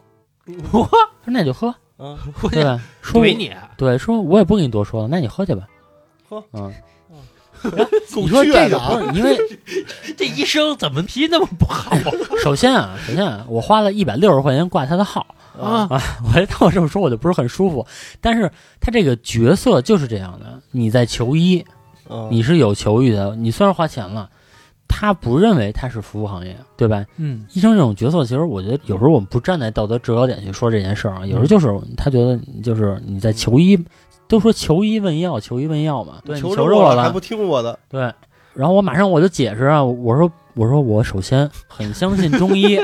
B: 他
C: 我
B: 说那你就喝，
D: 嗯，
B: 对啊吧？说
C: 怼你，啊
B: 对，说我也不跟你多说了，那你喝去吧。
D: 喝，
B: 嗯，
D: 够
B: 你说
D: 倔
B: 这个
D: 的啊
B: 不是因为
C: 这医生怎么脾气那么不好
B: 首先啊，首先啊，我花了一百六十块钱挂他的号，
C: 啊？
B: 我觉得我这么说我就不是很舒服。但是他这个角色就是这样的，你在求医，
D: 嗯
B: 你是有求于的，你虽然花钱了，他不认为他是服务行业，对吧？
C: 嗯
B: 医生这种角色，其实我觉得有时候我们不站在道德制高点去说这件事儿啊，
D: 嗯
B: 有时候就是他觉得你就是你在求医，都说求医问药，求医问药嘛，对，你
D: 求
B: 求
D: 着
B: 着我
D: 我还
B: 了
D: 不，听我的，
B: 对，然后我马上我就解释啊，我说我说我首先很相信中医，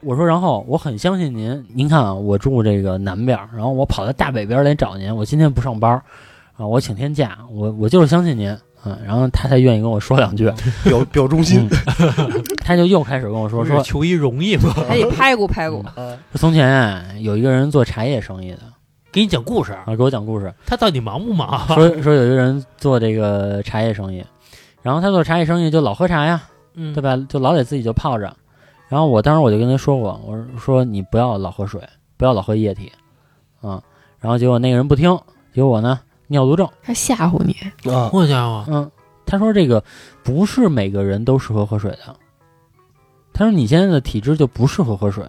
B: 我说然后我很相信您，您看啊，我住这个南边儿，然后我跑到大北边儿来找您，我今天不上班儿啊，我请天假，我我就是相信您啊，然后他才愿意跟我说两句，
D: 表表忠心
B: 嗯，他就又开始跟我说
C: 不是
B: 说
C: 求医容易吗？
E: 还得拍鼓拍鼓。
B: 从前啊有一个人做茶叶生意的，
C: 给你讲故事，
B: 啊，给我讲故事，
C: 他到底忙不啊忙？
B: 说说有一个人做这个茶叶生意，然后他做茶叶生意就老喝茶呀，
C: 嗯
B: 对吧？就老得自己就泡着。然后我当时我就跟他说过，我说你不要老喝水，不要老喝液体，啊。然后结果那个人不听，结果呢尿毒症，
E: 还吓唬你，
D: 啊，
C: 我家伙，
B: 嗯，他说这个不是每个人都适合喝水的。他说你现在的体质就不适合喝水，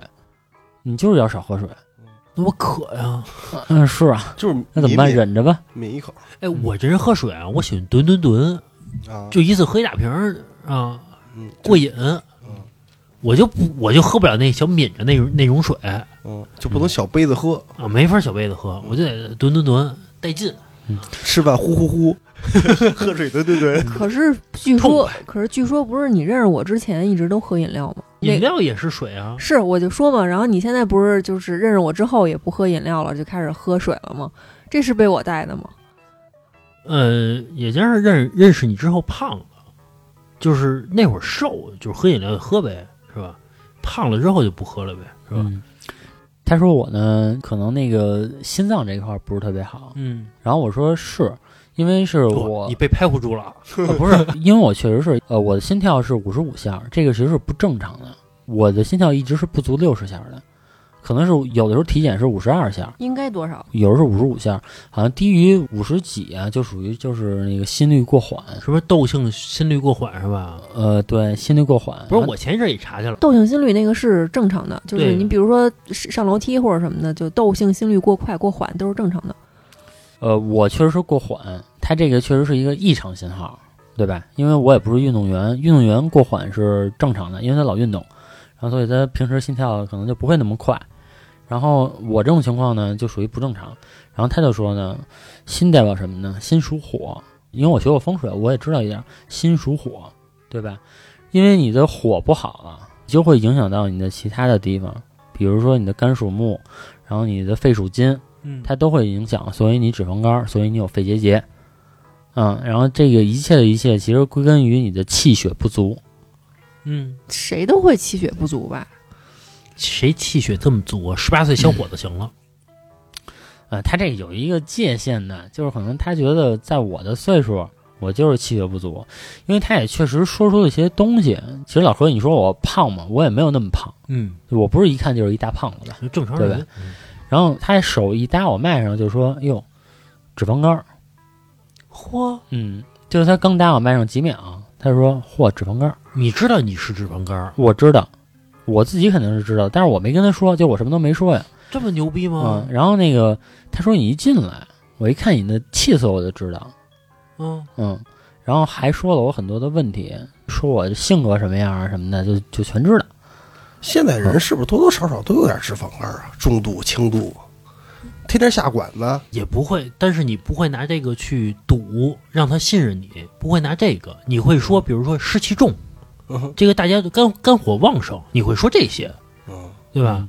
B: 你就是要少喝水。
C: 那我渴呀！
B: 嗯，是啊，
D: 就是
B: 那怎么办？
D: 抿
B: 忍着吧。
D: 抿一口
C: 哎，我这人喝水啊，我喜欢吨吨吨，
D: 啊，
C: 就一次喝一大瓶儿啊，
D: 嗯
C: 过瘾。我就不我就喝不了那小抿着那种那种水啊，
D: 嗯，就不能小杯子喝，
C: 没法小杯子喝，我就得吨吨吨带劲。
D: 吃饭呼呼呼， 喝水对对 对，
E: 可是据
C: 嗯痛
E: 说，可是据说不是你认识我之前一直都喝饮料吗？
C: 饮
E: 那
C: 料也是水啊，
E: 是我就说嘛，然后你现在不是就是认识我之后也不喝饮料了，就开始喝水了吗？这是被我带的吗？
C: 呃，也加上认认识你之后胖了，就是那会儿瘦，就是喝饮料就喝呗，是吧？胖了之后就不喝了呗，是吧？
B: 嗯，他说我呢，可能那个心脏这块儿不是特别好。
C: 嗯，哦
B: 然后我说是因为是我、
C: 你被拍护住了，
B: 呃不是因为我确实是呃我的心跳是五十五下儿，这个其实是不正常的。我的心跳一直是不足六十下儿的，可能是有的时候体检是五十二下儿，
E: 应该多少？
B: 有的是五十五下儿，好像低于五十几啊，就属于就是那个心率过缓。
C: 什么窦性心率过缓是吧？
B: 呃，对，心率过缓。
C: 不是，我前一阵儿也查去了，
E: 窦性心率那个是正常的，就是
C: 对
E: 你比如说是上楼梯或者什么的，就窦性心率过快过缓都是正常的。
B: 呃，我确实是过缓，它这个确实是一个异常信号，对吧？因为我也不是运动员，运动员过缓是正常的，因为他老运动，然后所以他平时心跳可能就不会那么快。然后我这种情况呢，就属于不正常。然后他就说呢，心代表什么呢？心属火，因为我学过风水，我也知道一点，心属火，对吧？因为你的火不好了，就会影响到你的其他的地方，比如说你的肝属木，然后你的肺属金，
C: 嗯
B: 它都会影响，所以你脂肪肝，所以你有肺结节，嗯，然后这个一切的一切，其实归根于你的气血不足。
C: 嗯，
E: 谁都会气血不足吧？
C: 谁气血这么足啊？十八岁小伙子行了，
B: 呃，他这有一个界限的，就是可能他觉得在我的岁数，我就是气血不足，因为他也确实说出了一些东西。其实老何，你说我胖吗？我也没有那么胖，
C: 嗯，
B: 我不是一看就是一大胖子吧。
C: 就正常
B: 对
C: 人
B: 吧，然后他手一搭我脉上，就说：“哟，脂肪肝。”
C: 嚯，
B: 嗯，就是他刚搭我脉上几秒，他就说：“嚯，脂肪肝。”
C: 你知道你是脂肪肝儿，
B: 我知道，我自己肯定是知道，但是我没跟他说，就我什么都没说呀。
C: 这么牛逼吗
B: 嗯，？然后那个他说你一进来，我一看你的气色，我就知道，
C: 嗯，
B: 嗯，然后还说了我很多的问题，说我性格什么样啊什么的，就就全知道。
D: 现在人是不是多多少少都有点脂肪肝啊？中度、轻度，天天下馆子，
C: 也不会，但是你不会拿这个去赌，让他信任你，不会拿这个，你会说，比如说湿气重，
D: 嗯哼
C: 这个大家都肝肝火旺盛，你会说这些，
D: 嗯，
C: 对吧？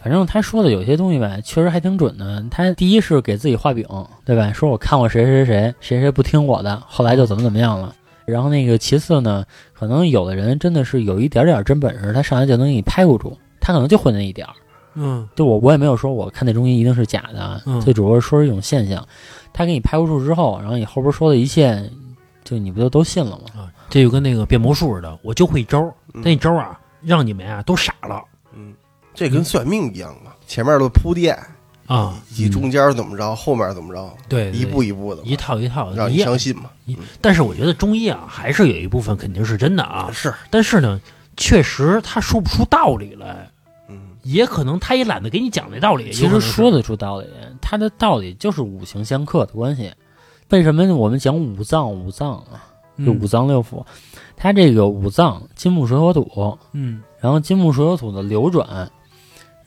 B: 反正他说的有些东西吧，确实还挺准的。他第一是给自己画饼，对吧？说我看过谁谁谁谁谁不听我的，后来就怎么怎么样了。然后那个其次呢，可能有的人真的是有一点点真本事，他上来就能给你拍糊住，他可能就会那一点儿。
C: 嗯
B: 就我我也没有说我看那中医一定是假的啊，
C: 嗯
B: 最主要是说是一种现象。他给你拍过数之后，然后你后边说的一切，就你不就都信了吗？
C: 啊，这就跟那个变魔术似的，我就会一招儿，
D: 嗯
C: 但一招儿啊，让你们啊都傻了
D: 嗯，这跟算命一样嘛，前面的铺垫，
C: 啊，
D: 以及中间怎么着，后面怎么着，
C: 对，对
D: 一步一步的嘛
C: 一套一套的
D: 让你相信嘛。
C: 但是我觉得中医啊，还是有一部分肯定是真的啊，
D: 是，
C: 但是呢，确实他说不出道理来，
D: 嗯，
C: 也可能他也懒得给你讲这道理。
B: 其
C: 有
B: 实
C: 可能是
B: 说得出道理，它的道理就是五行相克的关系。为什么我们讲五脏？五脏啊，就五
C: 嗯
B: 脏六腑，它这个五脏金木水火土，
C: 嗯
B: 然后金木水火土的流转，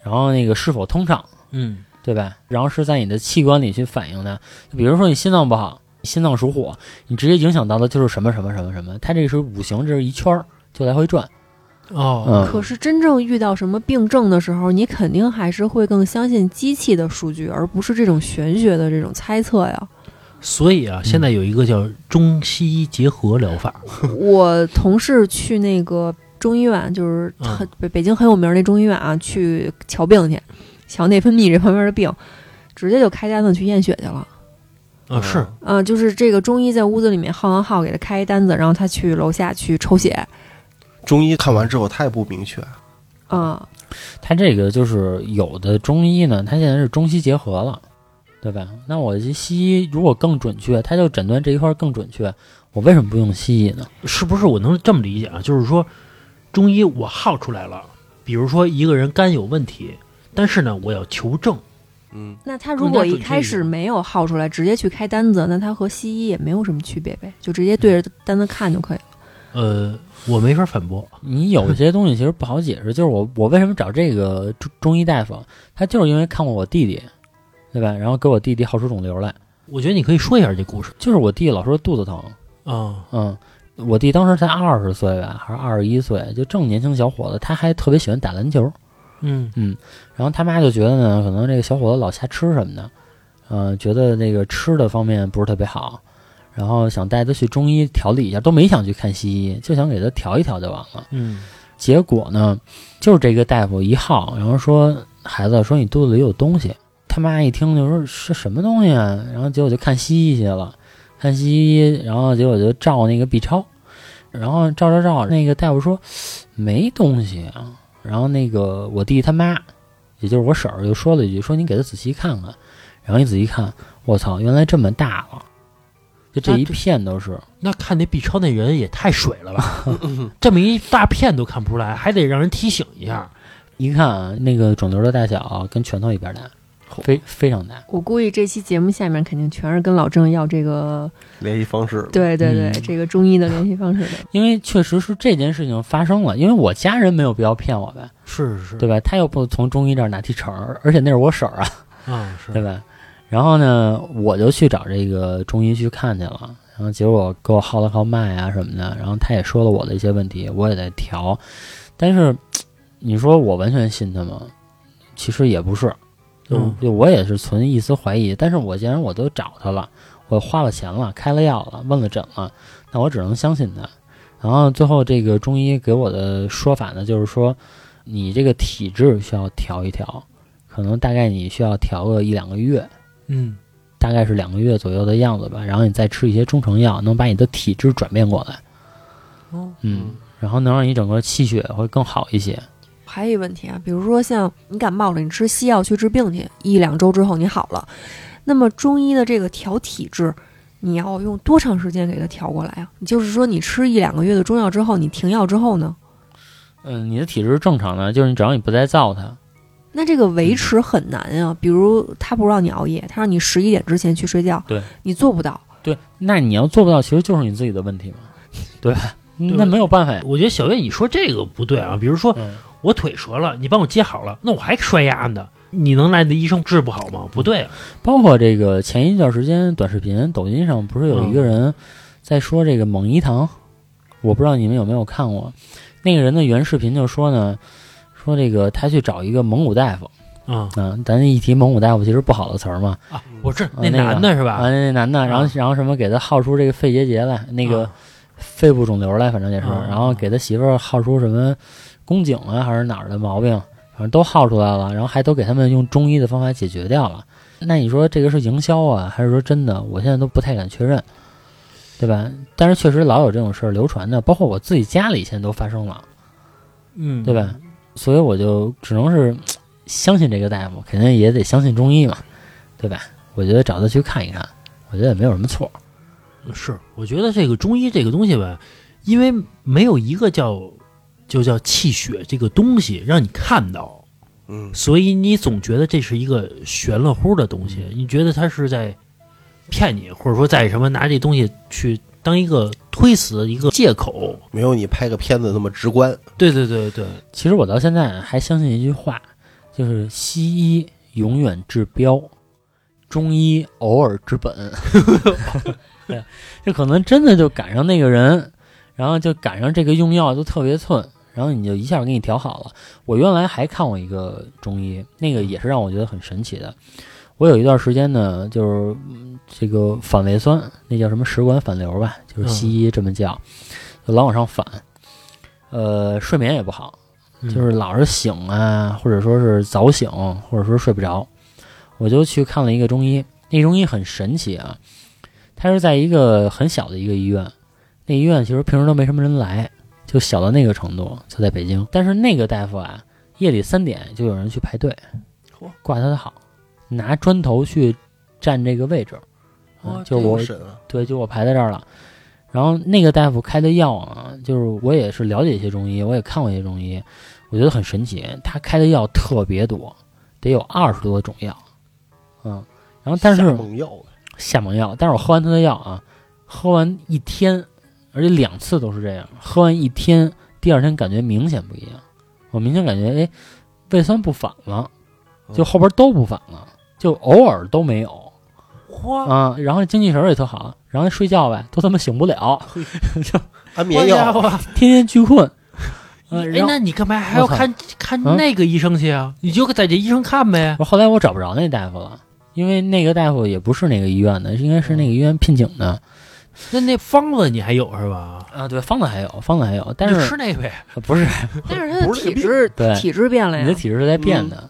B: 然后那个是否通畅，
C: 嗯
B: 对吧？然后是在你的器官里去反映的。就比如说你心脏不好，心脏属火，你直接影响到的就是什么什么什么什么。它这个是五行，这是一圈儿，就来回转。
C: 哦
B: 嗯，
E: 可是真正遇到什么病症的时候，你肯定还是会更相信机器的数据，而不是这种玄学的这种猜测呀。
C: 所以啊，现在有一个叫中西医结合疗法，
E: 我同事去那个中医院，就是很、北北京很有名儿那中医院啊，去瞧病去，瞧内分泌这方面的病，直接就开单子去验血去了。
C: 啊，是
E: 嗯、就是这个中医在屋子里面耗完号，给他开一单子，然后他去楼下去抽血。
D: 中医看完之后，他也不明确，
E: 啊、
B: 它这个就是有的中医呢，它现在是中西结合了，对吧？那我这西医如果更准确，它就诊断这一块儿更准确，我为什么不用西医呢？
C: 是不是？我能这么理解啊？就是说，中医我耗出来了，比如说一个人肝有问题，但是呢，我要求证，
D: 嗯，
E: 那他如
C: 更加
E: 果
C: 准
E: 一
C: 确
E: 开
C: 一
E: 始
C: 点
E: 没有耗出来，直接去开单子，那他和西医也没有什么区别呗，就直接对着单子看就可以了。
C: 呃，我没法反驳。
B: 你有些东西其实不好解释，就是我我为什么找这个中中医大夫，他就是因为看过我弟弟，对吧？然后给我弟弟耗出肿瘤来，
C: 我觉得你可以说一下这故事
B: 就是我弟老说肚子疼，
C: 啊，
B: 嗯，我弟当时才二十岁吧，还是二十一岁，就正年轻小伙子，他还特别喜欢打篮球。
C: 嗯
B: 然后他妈就觉得呢，可能这个小伙子老瞎吃什么的，呃，觉得那个吃的方面不是特别好，然后想带他去中医调理一下，都没想去看西医，就想给他调一调就完了。
C: 嗯
B: 结果呢，就是这个大夫一号，然后说孩子说你肚子里有东西，他妈一听就说是什么东西啊，然后结果就看西医去了，看西医，然后结果就照那个 B 超，然后照照照，那个大夫说没东西啊，然后那个我弟他妈，也就是我婶儿就说了一句，说你给他仔细看看，然后一仔细看，我操，原来这么大了，就这一片都是。
C: 那看那 B 超那人也太水了 吧，这么一大片都看不出来，还得让人提醒一下。
B: 一看啊，那个肿瘤的大小啊跟拳头一边大，非非常大。
E: 我估计这期节目下面肯定全是跟老郑要这个，
D: 联系方式，
E: 对对对，
B: 嗯
E: 这个中医的联系方式的。
B: 因为确实是这件事情发生了，因为我家人没有必要骗我呗，
C: 是是
B: 对吧？他又不从中医这儿拿提成儿，而且那是我婶儿啊，
C: 啊是
B: 对吧？然后呢，我就去找这个中医去看去了，然后结果给我号了号脉啊什么的，然后他也说了我的一些问题，我也在调，但是你说我完全信他吗？其实也不是，就、
C: 嗯
B: 就我也是存一丝怀疑，但是我既然我都找他了，我花了钱了，开了药了，问了诊了，那我只能相信他。然后最后这个中医给我的说法呢，就是说你这个体质需要调一调，可能大概你需要调个一两个月，
C: 嗯
B: 大概是两个月左右的样子吧。然后你再吃一些中成药，能把你的体质转变过来。
C: 哦
B: 嗯，然后能让你整个气血会更好一些。
E: 还有一个问题啊，比如说像你感冒了，你吃西药去治病去，一两周之后你好了，那么中医的这个调体质，你要用多长时间给它调过来啊？就是说你吃一两个月的中药之后，你停药之后呢？
B: 嗯，你的体质是正常的，就是你只要你不再造它，
E: 那这个维持很难啊，比如他不让你熬夜，他让你十一点之前去睡觉，
B: 对
E: 你做不到。
B: 对，那你要做不到，其实就是你自己的问题嘛，对吧？那没有办法呀。
C: 我觉得小月你说这个不对啊，比如说
B: 嗯，
C: 我腿折了，你帮我接好了，那我还摔丫呢，你能赖那医生治不好吗？不对啊，
B: 包括这个前一段时间短视频，抖音上不是有一个人在说这个猛一堂，我不知道你们有没有看过，那个人的原视频就说呢，说这个他去找一个蒙古大夫，
C: 啊
B: 嗯、咱一提蒙古大夫其实不好的词儿嘛，
C: 啊，我这
B: 啊
C: 那
B: 那个
C: 男的是
B: 啊，
C: 吧？
B: 那男的，然后
C: 啊
B: 然后什么给他耗出这个肺结节来，那个
C: 啊
B: 肺部肿瘤来，反正也是，
C: 嗯
B: 然后给他媳妇儿耗出什么宫颈啊还是哪儿的毛病，反正都耗出来了，然后还都给他们用中医的方法解决掉了。那你说这个是营销啊，还是说真的？我现在都不太敢确认，对吧？但是确实老有这种事儿流传的，包括我自己家里现在都发生了，
C: 嗯，
B: 对吧？所以我就只能是相信这个大夫，肯定也得相信中医嘛，对吧？我觉得找他去看一看，我觉得也没有什么错。
C: 是，我觉得这个中医这个东西吧，因为没有一个叫就叫气血这个东西让你看到，
D: 嗯，
C: 所以你总觉得这是一个玄了乎的东
B: 嗯
C: 西，你觉得他是在骗你，或者说在什么拿这东西去当一个推辞的一个借口。
D: 没有你拍个片子那么直观。
C: 对对对对，
B: 其实我到现在还相信一句话，就是西医永远治标，中医偶尔治本。对，就可能真的就赶上那个人，然后就赶上这个用药都特别寸，然后你就一下给你调好了。我原来还看过一个中医，那个也是让我觉得很神奇的。我有一段时间呢，就是嗯这个反胃酸，那叫什么食管反流吧，就是西医这么叫，就老往上反。呃，睡眠也不好，
C: 嗯
B: 就是老是醒啊，或者说是早醒，或者说睡不着，我就去看了一个中医。那中医很神奇啊，他是在一个很小的一个医院，那医院其实平时都没什么人来，就小到那个程度，就在北京。但是那个大夫啊，夜里三点就有人去排队
D: 嚯，
B: 挂他的号，拿砖头去占这个位置，啊就我
D: 神啊！
B: 对，就我排在这儿了。然后那个大夫开的药啊，就是我也是了解一些中医，我也看过一些中医，我觉得很神奇，他开的药特别多，得有二十多种药，嗯，然后但是
D: 下猛药啊呗
B: 下猛药，但是我喝完他的药啊，喝完一天，而且两次都是这样，喝完一天，第二天感觉明显不一样，我明显感觉哎，胃酸不反了，就后边都不反了，就偶尔都没有。啊，然后精气神儿也特好，然后睡觉呗，都他妈醒不了，
D: 安
C: 好
D: 眠
C: 家
D: 药啊
C: 伙！
B: 天天巨困。呃，
C: 哎，
B: 然后
C: 那你干嘛还要
B: 我操
C: 看看
B: 嗯哦
C: 那个医生去啊？你就在这医生看呗。
B: 我后来我找不着那大夫了，因为那个大夫也不是那个医院的，应该是那个医院聘请
C: 哦
B: 的。
C: 那那方子你还有是吧？
B: 啊，对，方子还有，方子还有，但
C: 你就是吃那呗。
B: 呃不是
E: 但是他的
D: 不是这
E: 体
D: 个病
E: 质
B: 对
E: 体质变了
B: 你的
E: 呀，
B: 体质是在
C: 嗯
B: 变的，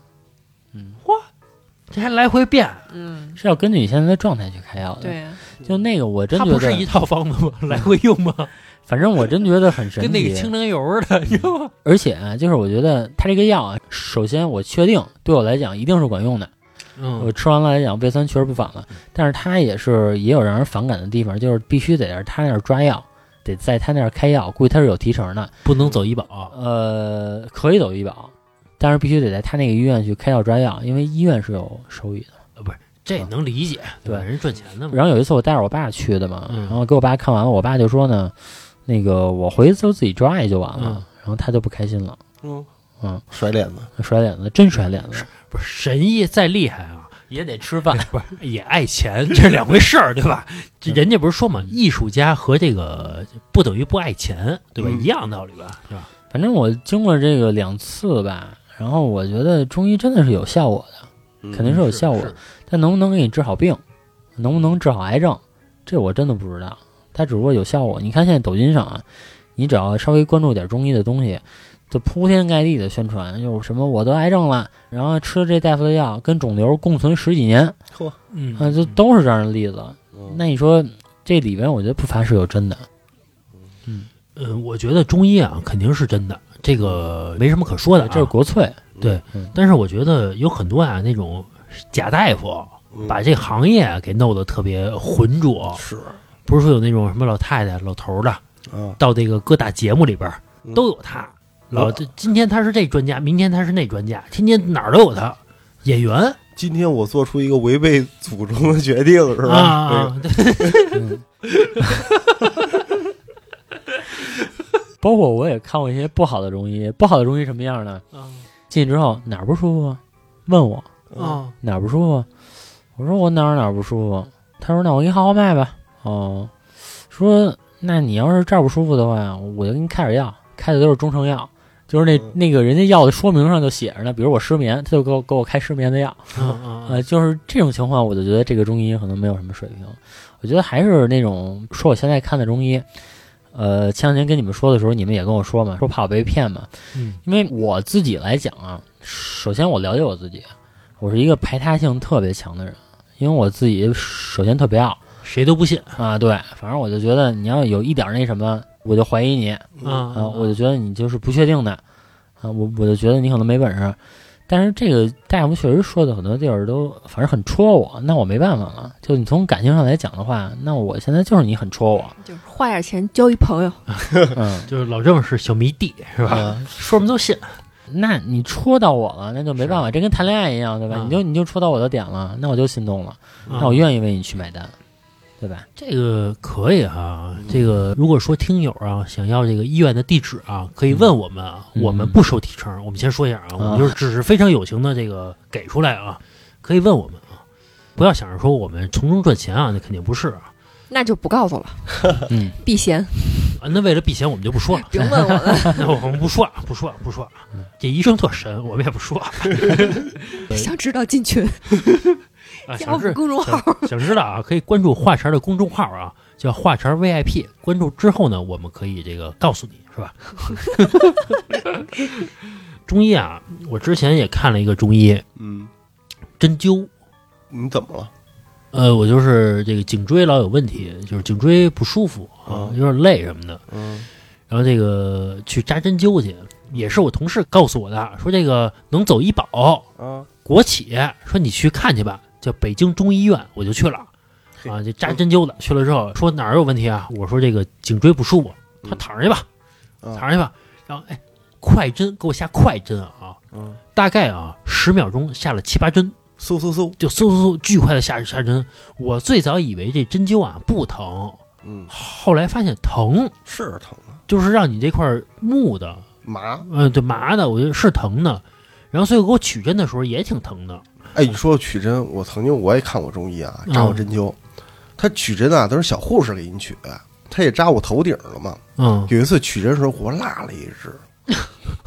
C: 这还来回变，
E: 嗯，
B: 是要根据你现在的状态去开药的。，
E: 对，啊
B: 就那个我真
C: 它
B: 觉
C: 不是一
B: 得，
C: 套方子吗？来回用吗？
B: 反正我真嗯觉得很神奇。
C: 跟那个清凉油儿的，你知道吗？
B: 而且啊，就是我觉得它这个药啊，首先我确定对我来讲一定是管用的。我
C: 嗯，
B: 吃完了来讲，胃酸确实不反了，但是它也是也有让人反感的地方，就是必须得是他那儿抓药，得在他那儿开药，估计他是有提成的。
C: 不能走医保。
B: 呃，可以走医保，但是必须得在他那个医院去开药抓药，因为医院是有收益的。
C: 这能理解，吧
B: 嗯对
C: 人赚钱的嘛。
B: 然后有一次我带着我爸去的嘛，
C: 嗯
B: 然后给我爸看完了，我爸就说呢，那个我回去之后自己抓也就完了，
C: 嗯
B: 然后他就不开心了，
D: 嗯
B: 嗯，
D: 甩脸子，
B: 甩脸子，真甩脸子，
C: 不是神医再厉害啊，
B: 也得吃饭。
C: 不是也爱钱，这是两回事儿，对吧？
B: 嗯
C: 这人家不是说嘛，艺术家和这个不等于不爱钱，对吧？
D: 嗯
C: 一样道理吧，对吧？
B: 反正我经过这个两次吧，然后我觉得中医真的是有效果的。肯定是
D: 嗯
B: 有效果
C: 是
B: 但能不能给你治好病，能不能治好癌症，这我真的不知道。它只不过有效果。你看现在抖音上啊，你只要稍微关注点中医的东西，就铺天盖地的宣传，就是什么我得癌症了，然后吃了这大夫的药，跟肿瘤共存十几年，
C: 嗯
B: 啊，这都是这样的例子。
D: 嗯
B: 那你说这里边，我觉得不乏是有真的。
C: 呃，我觉得中医啊肯定是真的，这个没什么可说的啊。
B: 这是国粹，
C: 但是我觉得有很多啊那种假大夫，
D: 嗯
C: 把这行业啊给弄得特别浑浊，
D: 是
C: 不是说有那种什么老太太、老头儿的，
D: 啊，
C: 到这个各大节目里边儿
D: 嗯
C: 都有他。老
D: 我
C: 这今天他是这专家，明天他是那专家，天天哪儿都有他。演员
D: 今天我做出一个违背祖宗的决定，是吧？
C: 啊，
B: 包括我也看过一些不好的中医，不好的中医什么样呢？
C: 啊
B: 进去之后哪儿不舒服啊？问我，
D: 这个嗯
C: 啊，
B: 哪儿不舒服？我说我哪儿哪儿不舒服。他说那我给你号号脉吧。哦，说那你要是这儿不舒服的话，我就给你开点药，开的都是中成药，就是那、
D: 嗯
B: 那个人家药的说明上就写着呢，比如我失眠，他就给我给我开失眠的药。
C: 啊啊
B: 呃，就是这种情况，我就觉得这个中医可能没有什么水平。我觉得还是那种说我现在看的中医，呃，前两天跟你们说的时候，你们也跟我说嘛，说怕我被骗嘛。
C: 嗯
B: 因为我自己来讲啊，首先我了解我自己，我是一个排他性特别强的人，因为我自己首先特别傲
C: 谁都不信
B: 啊，对，反正我就觉得你要有一点儿那什么，我就怀疑你啊，
C: 啊
B: 我就觉得你就是不确定的啊，我我就觉得你可能没本事。但是这个大夫确实说的很多地儿都反正很戳我，那我没办法了。就你从感情上来讲的话，那我现在就是你很戳我，
E: 就是花点钱交一朋友，
B: 嗯，
C: 就是老郑是小迷弟是吧？
B: 嗯
C: 说什么都信。
B: 那你戳到我了，那就没办法，这跟谈恋爱一样，对吧？
C: 啊
B: 你就你就戳到我的点了，那我就心动了，
C: 啊
B: 那我愿意为你去买单，对吧？
C: 这个可以哈、
B: 嗯
C: 这个如果说听友啊想要这个医院的地址啊，可以问我们啊，
B: 嗯
C: 我们不收提成。我们先说一下啊，我们就是只是非常有情的这个给出来啊，可以问我们啊，不要想着说我们从中赚钱啊，那肯定不是啊。
E: 那就不告诉了，
B: 嗯，
E: 避嫌，，
C: 啊那为了避嫌，我们就 不说了
E: 别问我了。
C: 那我们不说啊，不说啊，不说啊。
B: 嗯
C: 这医生特神，我们也不说啊。
E: 想知道进群，加我
C: 啊想
E: 们
C: 知
E: 公众号。
C: 想知道啊，可以关注话茬儿的公众号啊，叫话茬儿 VIP。关注之后呢，我们可以这个告诉你是吧？ 中医啊，我之前也看了一个中医
D: 嗯，
C: 针灸，
D: 你怎么了？
C: 呃，我就是这个颈椎老有问题，就是颈椎不舒服啊，有点累什么的，
D: 嗯
C: 然后这个去扎针灸去，也是我同事告诉我的，啊说这个能走医保，
D: 啊，
C: 国企说你去看去吧，叫北京中医院，我就去了。
D: 嘿
C: 啊，这扎针灸的去了之后说哪儿有问题啊？我说这个颈椎不舒服，他
D: 嗯
C: 躺上去吧，
D: 嗯
C: 躺上去吧。然后哎，快针给我下快针啊，
D: 嗯，
C: 大概啊十秒钟下了七八针，
D: 嗖嗖嗖，
C: 就嗖嗖嗖巨快的下下针。我最早以为这针灸啊不疼，
D: 嗯，
C: 后来发现疼，
D: 是疼啊，
C: 就是让你这块儿木的，
D: 麻。
C: 嗯、对，麻的，我觉得是疼的。然后所以给我取针的时候也挺疼的，
D: 哎，你说取针，我曾经我也看过中医啊，扎过
C: 嗯
D: 针灸，他取针啊都是小护士给你取的，他也扎我头顶了嘛。
C: 嗯，
D: 有一次取针的时候，我落了一只。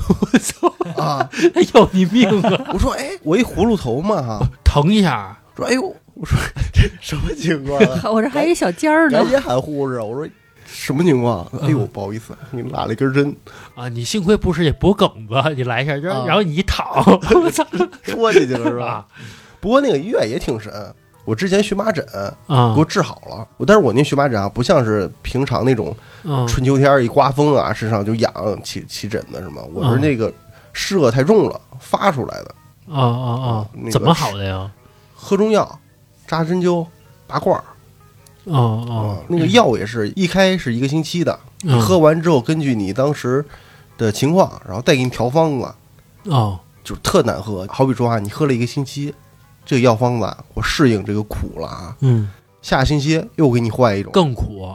C: 我操，
D: 啊！
C: 要你命啊！
D: 我说，哎，我一葫芦头嘛哈，
C: 疼一下，
D: 说，哎呦，我说这什么情况啊？
E: 我这还一小尖儿呢
D: 赶，紧喊护士！啊我说什么情况？哎呦，不好意思，你拉了一根针，
C: 啊，你幸亏不是这脖梗子，你来一下，然后、
D: 啊
C: 然后你一 躺，我操，
D: 戳进去了是
C: 是
D: 吧
C: 吧？？
D: 不过那个医院也挺神，我之前荨麻疹给
C: 啊，
D: 我治好了，我但是我那荨麻疹啊，不像是平常那种
C: 嗯
D: 春秋天一刮风啊，身上就痒起起疹子什么，我是
C: 嗯
D: 那个湿热太重了发出来的，
C: 啊啊
D: 那个
C: 啊，怎么好的呀？
D: 喝中药，扎针灸。拔罐儿啊
C: 哦哦，
D: 那个药也是一开是一个星期的，
C: 嗯
D: 喝完之后根据你当时的情况，然后再给你调方子，
C: 哦
D: 就是特难喝。好比说啊，你喝了一个星期，这个药方子啊我适应这个苦了啊，
C: 嗯，
D: 下星期又给你换一种，
C: 更苦，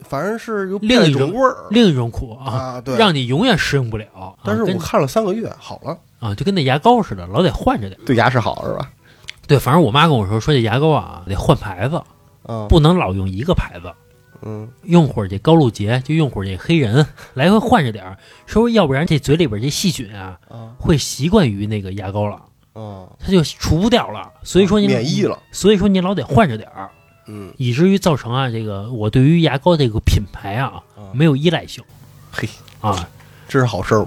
D: 反正是又
C: 另
D: 变了
C: 一
D: 一
C: 种
D: 种味儿
C: 另一种苦啊，
D: 啊。对，
C: 让你永远适应不了。啊
D: 但是
C: 跟
D: 我看了三个月好了，
C: 啊，就跟那牙膏似的，老得换着点。
D: 对牙齿好是吧？
C: 对，反正我妈跟我说，说这牙膏啊得换牌子，
D: 啊，
C: 不能老用一个牌子。
D: 嗯，
C: 用会儿这高露洁，就用会儿这黑人，来回换着点儿，说要不然这嘴里边这细菌啊，
D: 啊
C: 会习惯于那个牙膏了。
D: 啊，
C: 它就除不掉了。所以说你
D: 免疫了，
C: 所以说你老得换着点儿，
D: 嗯，
C: 以至于造成啊这个我对于牙膏这个品牌啊
D: 啊
C: 没有依赖性
D: 嘿，
C: 啊，
D: 这是好事儿吗？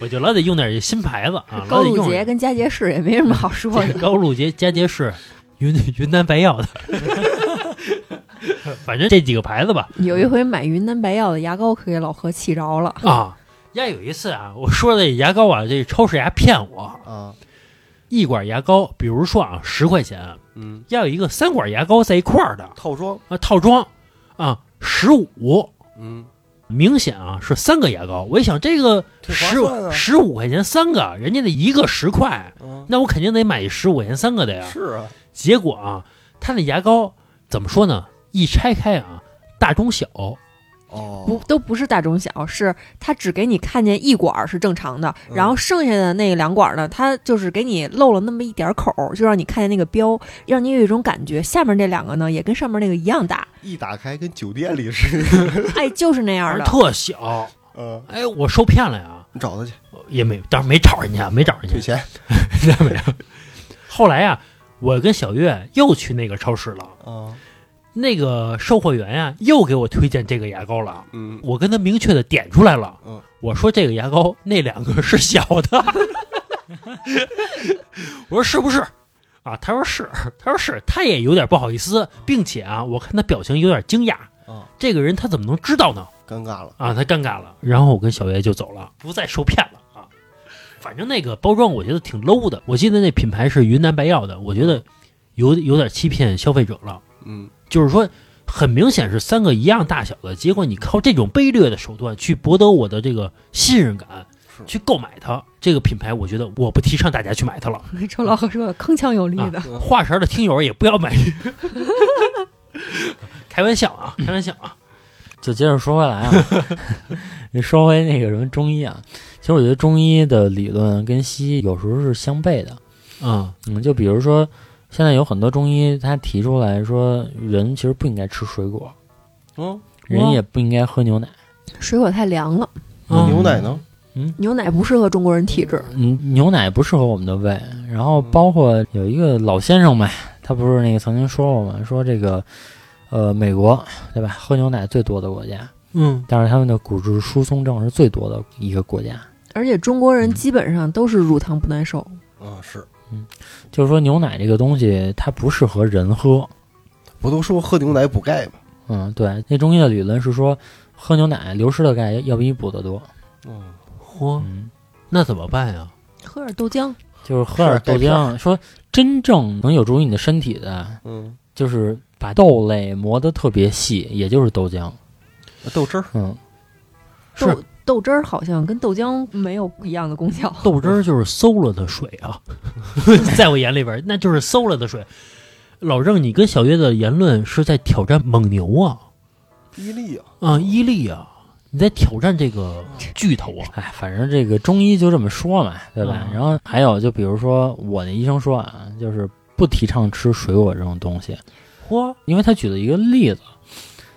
C: 我就老得用点这新牌子 啊，
E: 高
C: 老得
E: 露
C: 用
E: 洁跟佳洁士也没什么好说
C: 这
E: 的
C: 个。高露洁、佳洁士、云云南白药的， 反正这几个牌 子吧
E: 有一回买云南白药的牙膏，可给老何气着了。
C: 啊。呀，有一次啊，我说这牙膏啊，这超市牙骗我，
D: 啊，
C: 一管牙膏，比如说啊，十块钱，
D: 嗯，
C: 要有一个三管牙膏在一块儿的
D: 套装，
C: 啊，套装啊，十五，
D: 嗯，
C: 明显啊是三个牙膏。我一想，这个
D: 挺划
C: 十
D: 算啊
C: 十五块钱三个，人家那一个十块，
D: 啊
C: 那我肯定得买十五块钱三个的呀。
D: 是啊，
C: 结果啊，他那牙膏怎么说呢？一拆开啊，大中小，
E: 不
D: 哦，
E: 都不是大中小，是它只给你看见一管儿是正常的，
C: 嗯
E: 然后剩下的那两管儿呢，它就是给你漏了那么一点儿口儿，就让你看见那个标，让你有一种感觉，下面这两个呢也跟上面那个一样 大，
D: 一打开跟酒店里似
E: 哎，就是那样
C: 而
E: 的。
C: 特小。
D: 的，嗯，
C: 哎，我受骗了呀，
D: 你找他去
C: 也没，当时没找人家，没找人
D: 退
C: 家，
D: 钱
C: 没有。后来啊，我跟小月又去那个超市了，
D: 啊，
C: 那个售货员呀、又给我推荐这个牙膏了，
D: 嗯，
C: 我跟他明确的点出来了，
D: 嗯
C: 我说这个牙膏那两个是小的， 我说是不是？啊，他说是，他说是，他也有点不好意思，并且啊，我看他表情有点惊讶，
D: 嗯
C: 这个人他怎么能知道呢？
D: 尴尬了，
C: 啊，他尴尬了，然后我跟小爷就走了，不再受骗了啊。反正那个包装我觉得挺 low 的，我记得那品牌是云南白药的，我觉得有有点欺骗消费者了。
D: 嗯，
C: 就是说，很明显是三个一样大小的，结果你靠这种卑劣的手段去博得我的这个信任感
D: 是，
C: 去购买它。这个品牌，我觉得我不提倡大家去买它了。
E: 周老何说的铿锵有力的，
C: 华神的听友也不要买，开玩笑啊，开玩笑啊，
B: 就接着说回来 啊，你说回那个什么中医啊，其实我觉得中医的理论跟西医有时候是相悖的。
C: 嗯
B: 嗯，就比如说，现在有很多中医他提出来说，人其实不应该吃水果，
D: 嗯，
B: 人
C: 哇
B: 也不应该喝牛奶。
E: 水果太凉了，
D: 那牛
C: 嗯
D: 奶呢？
E: 牛奶不适合中国人体质。
B: 嗯，牛奶不适合我们的胃。然后
C: 嗯
B: 包括有一个老先生嘛，他不是那个曾经说过嘛，说这个，呃，美国对吧，喝牛奶最多的国家，
C: 嗯
B: 但是他们的骨质疏松症是最多的一个国家。
E: 而且中国人基本上都是乳糖不耐受，
D: 啊，是，
B: 就是说牛奶这个东西，它不适合人喝。
D: 不都说喝牛奶补钙吗？
B: 嗯，对，那中医的理论是说，喝牛奶流失的钙要比你补的多。
D: 嗯，
C: 嚯，
B: 嗯，
C: 那怎么办呀？
E: 喝点豆浆，
B: 就是喝点豆
D: 是钙
B: 浆，
D: 片
B: 说真正能有助于你的身体的，
D: 嗯，
B: 就是把豆类磨得特别细，也就是豆浆。
D: 豆汁儿，
B: 嗯，
C: 是
E: 豆豆汁儿好像跟豆浆没有一样的功效。
C: 豆汁儿就是馊了的水啊，在我眼里边儿，那就是馊了的水。老郑，你跟小月的言论是在挑战蒙牛啊
D: 伊利啊，
C: 啊伊利啊，你在挑战这个巨头啊。
B: 哎，反正这个中医就这么说嘛，对吧？
C: 嗯
B: 然后还有就比如说我的医生说啊，就是不提倡吃水果这种东西，
C: 嚯，
B: 因为他举了一个例子，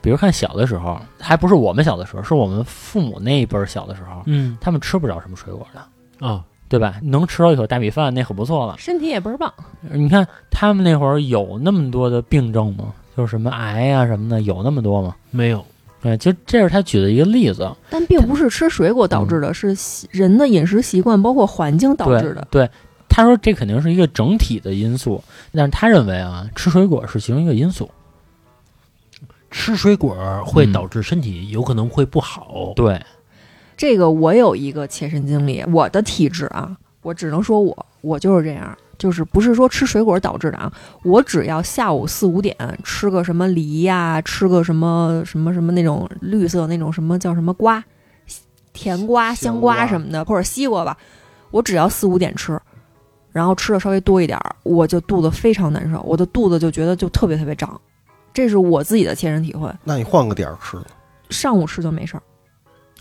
B: 比如看小的时候，还不是我们小的时候，是我们父母那一辈儿小的时候，
C: 嗯
B: 他们吃不着什么水果的，
C: 啊，
B: 对吧？能吃到一口大米饭那很不错了。
E: 身体也倍儿棒，
B: 你看他们那会儿有那么多的病症吗？就是什么癌呀、什么的，有那么多吗？
C: 没有，
B: 对，就这是他举的一个例子，
E: 但并不是吃水果导致的，是习人的饮食习惯包括环境导致的。
B: 对。对，他说这肯定是一个整体的因素，但是他认为啊，吃水果是其中一个因素。
C: 吃水果儿会
B: 嗯
C: 导致身体有可能会不好。
B: 对，
E: 这个我有一个切身经历，我的体质啊，我只能说我我就是这样，就是不是说吃水果导致的啊，我只要下午四五点吃个什么梨呀、吃个什么什么什么那种绿色那种什么叫什么瓜，甜瓜、香
D: 香
E: 瓜
D: 瓜
E: 什么的，或者西瓜吧，我只要四五点吃。然后吃的稍微多一点儿，我就肚子非常难受，我的肚子就觉得就特别特别胀，这是我自己的切身体会。
D: 那你换个点儿吃，
E: 上午吃就没事儿。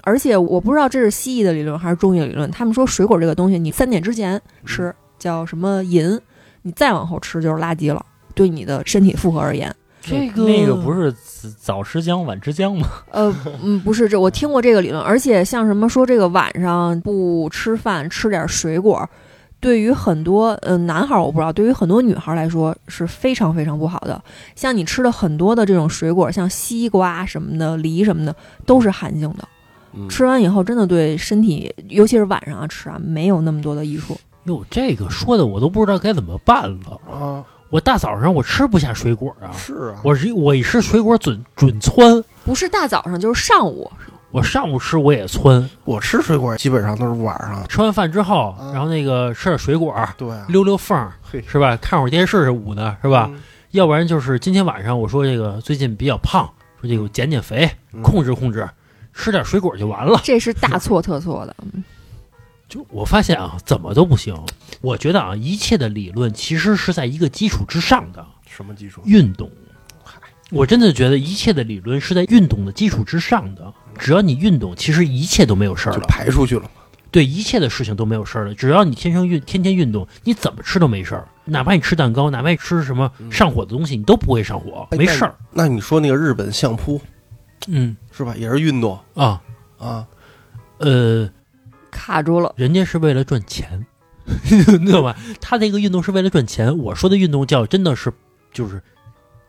E: 而且我不知道这是西医的理论还是中医的理论，他们说水果这个东西，你三点之前吃叫什么银，你再往后吃就是垃圾了，对你的身体负荷而言。
C: 这个
B: 那个不是早早吃姜晚吃姜吗？
E: 呃，嗯，不是这，我听过这个理论，而且像什么说这个晚上不吃饭吃点水果，对于很多呃男孩儿我不知道，对于很多女孩儿来说是非常非常不好的。像你吃了很多的这种水果，像西瓜什么的、梨什么的，都是寒性的。
D: 嗯
E: 吃完以后真的对身体，尤其是晚上啊吃啊，没有那么多的益处。
C: 哟，这个说的我都不知道该怎么办了。
D: 啊，
C: 我大早上我吃不下水果啊，
D: 是啊，
C: 我是我一吃水果准准窜，
E: 不是大早上就是上午，
C: 我上午吃我也窜，
D: 我吃水果基本上都是晚上，
C: 吃完饭之后，
D: 嗯
C: 然后那个吃点水果，
D: 对啊，
C: 溜溜缝儿
D: 嘿，
C: 是吧？看会儿电视是午的，是
D: 嗯
C: 吧？要不然就是今天晚上我说这个最近比较胖，说这个减减肥，
D: 嗯？
C: 控制控制，吃点水果就完了。
E: 这是大错特错的。
C: 就我发现啊，怎么都不行。我觉得啊，一切的理论其实是在一个基础之上的
D: 什么技术？
C: 运动。我真的觉得一切的理论是在运动的基础之上的。只要你运动，其实一切都没有事儿
D: 就
C: 了。
D: 排出去了嘛。
C: 对一切的事情都没有事儿了。只要你天生运天天运动，你怎么吃都没事儿。哪怕你吃蛋糕，哪怕你吃什么
D: 嗯
C: 上火的东西，你都不会上火，
D: 哎
C: 没事儿。
D: 那你说那个日本相扑
C: 嗯
D: 是吧？也是运动
C: 啊，
D: 啊，
C: 呃，
E: 卡住了，
C: 人家是为了赚钱， 你知道吧？他那个运动是为了赚钱。我说的运动叫真的是就是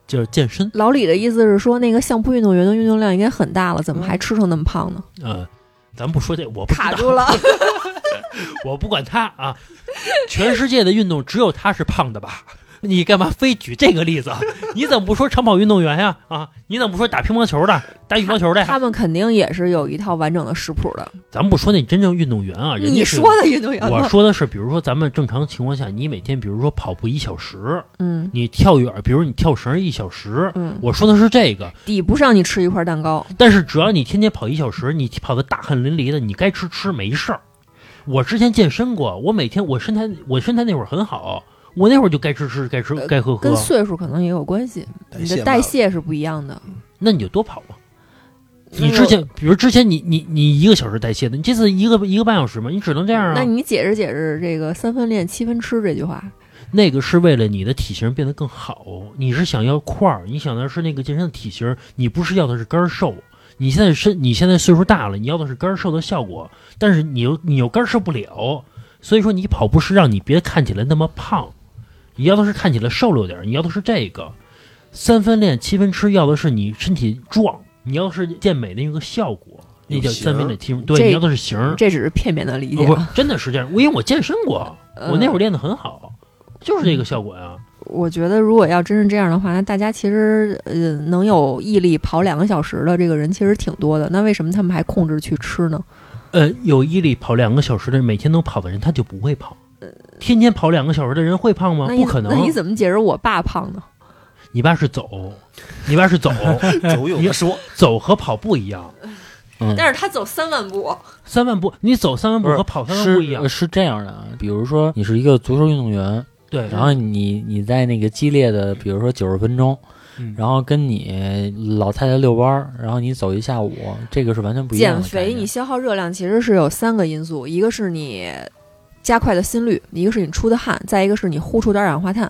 C: 就是健身，
E: 老李的意思是说，那个相扑运动员的运动量应该很大了，怎么还吃成那么胖呢？
C: 呃，咱不说这，我不知道
E: 卡住，了，
C: 我不管他啊， 全世界的运动只有他是胖的吧？你干嘛非举这个例子？你怎么不说长跑运动员呀？啊，你怎么不说打乒乓球的、打羽毛球的呀？
E: 他们肯定也是有一套完整的食谱的。
C: 咱不说那真正运动员 啊，人
E: 你
C: 家是
E: 说的运动员
C: 我
E: 吗？
C: 说的是，比如说咱们正常情况下，你每天比如说跑步一小时，
E: 嗯
C: 你跳远，比如你跳绳一小时，
E: 嗯，
C: 我说的是这个。
E: 抵不上你吃一块蛋糕。
C: 但是只要你天天跑一小时，你跑得大汗淋漓的，你该吃吃没事儿。我之前健身过，我每天我身材我身材那会儿很好，我那会儿就该吃吃该吃
E: 呃
C: 该喝喝
E: 跟，岁数可能也有关系，你的代谢是不一样的。
C: 那你就多跑啊。
E: 那
C: 你之前，比如之前你你你一个小时代谢的，你这次一个一个半小时嘛，你只能这样啊。
E: 那你解释解释这个“三分练，七分吃”这句话，
C: 那个是为了你的体型变得更好，你是想要块儿，你想的是那个健身的体型，你不是要的是干儿瘦。你现在身，你现在岁数大了，你要的是干儿瘦的效果，但是你又你又干儿瘦不了，所以说你跑步是让你别看起来那么胖，你要的是看起来瘦溜点儿，你要的是这个。三分练，七分吃，要的是你身体壮，你要的是健美的一个效果，那叫
D: 有型
C: 三分练七分。对，
E: 这
C: 你要的是型儿，
E: 这只是片面的理解
C: 哦、。嗯不是真的是这样，因为我健身过，
E: 啊呃嗯
C: 我那会儿练得很好，就是这个效果呀、啊
E: 我觉得，如果要真是这样的话，那大家其实呃能有毅力跑两个小时的这个人其实挺多的。那为什么他们还控制去吃呢？
C: 呃，有毅力跑两个小时的，每天都跑的人，他就不会胖。天天跑两个小时的人会胖吗？
E: 呃那你
C: 不可能
E: 那。你怎么解释我爸胖呢？
C: 你爸是走，你爸 是走，
D: 总有
C: 你
D: 的说，
C: 走和跑不一样。
B: 嗯，
E: 是他走三万步，
C: 三万步，你走三万步
B: 不是
C: 和跑三万步不一样
B: 是。是这样的啊，比如说你是一个足球运动员，
C: 对，
B: 然后你你在那个激烈的，比如说九十分钟，
C: 嗯
B: 然后跟你老太太遛弯儿，然后你走一下午，这个是完全不一样
E: 减
B: 的概
E: 肥
B: 念
E: 你消耗热量其实是有三个因素，一个是你加快的心率，一个是你出的汗，再一个是你呼出的二氧化碳。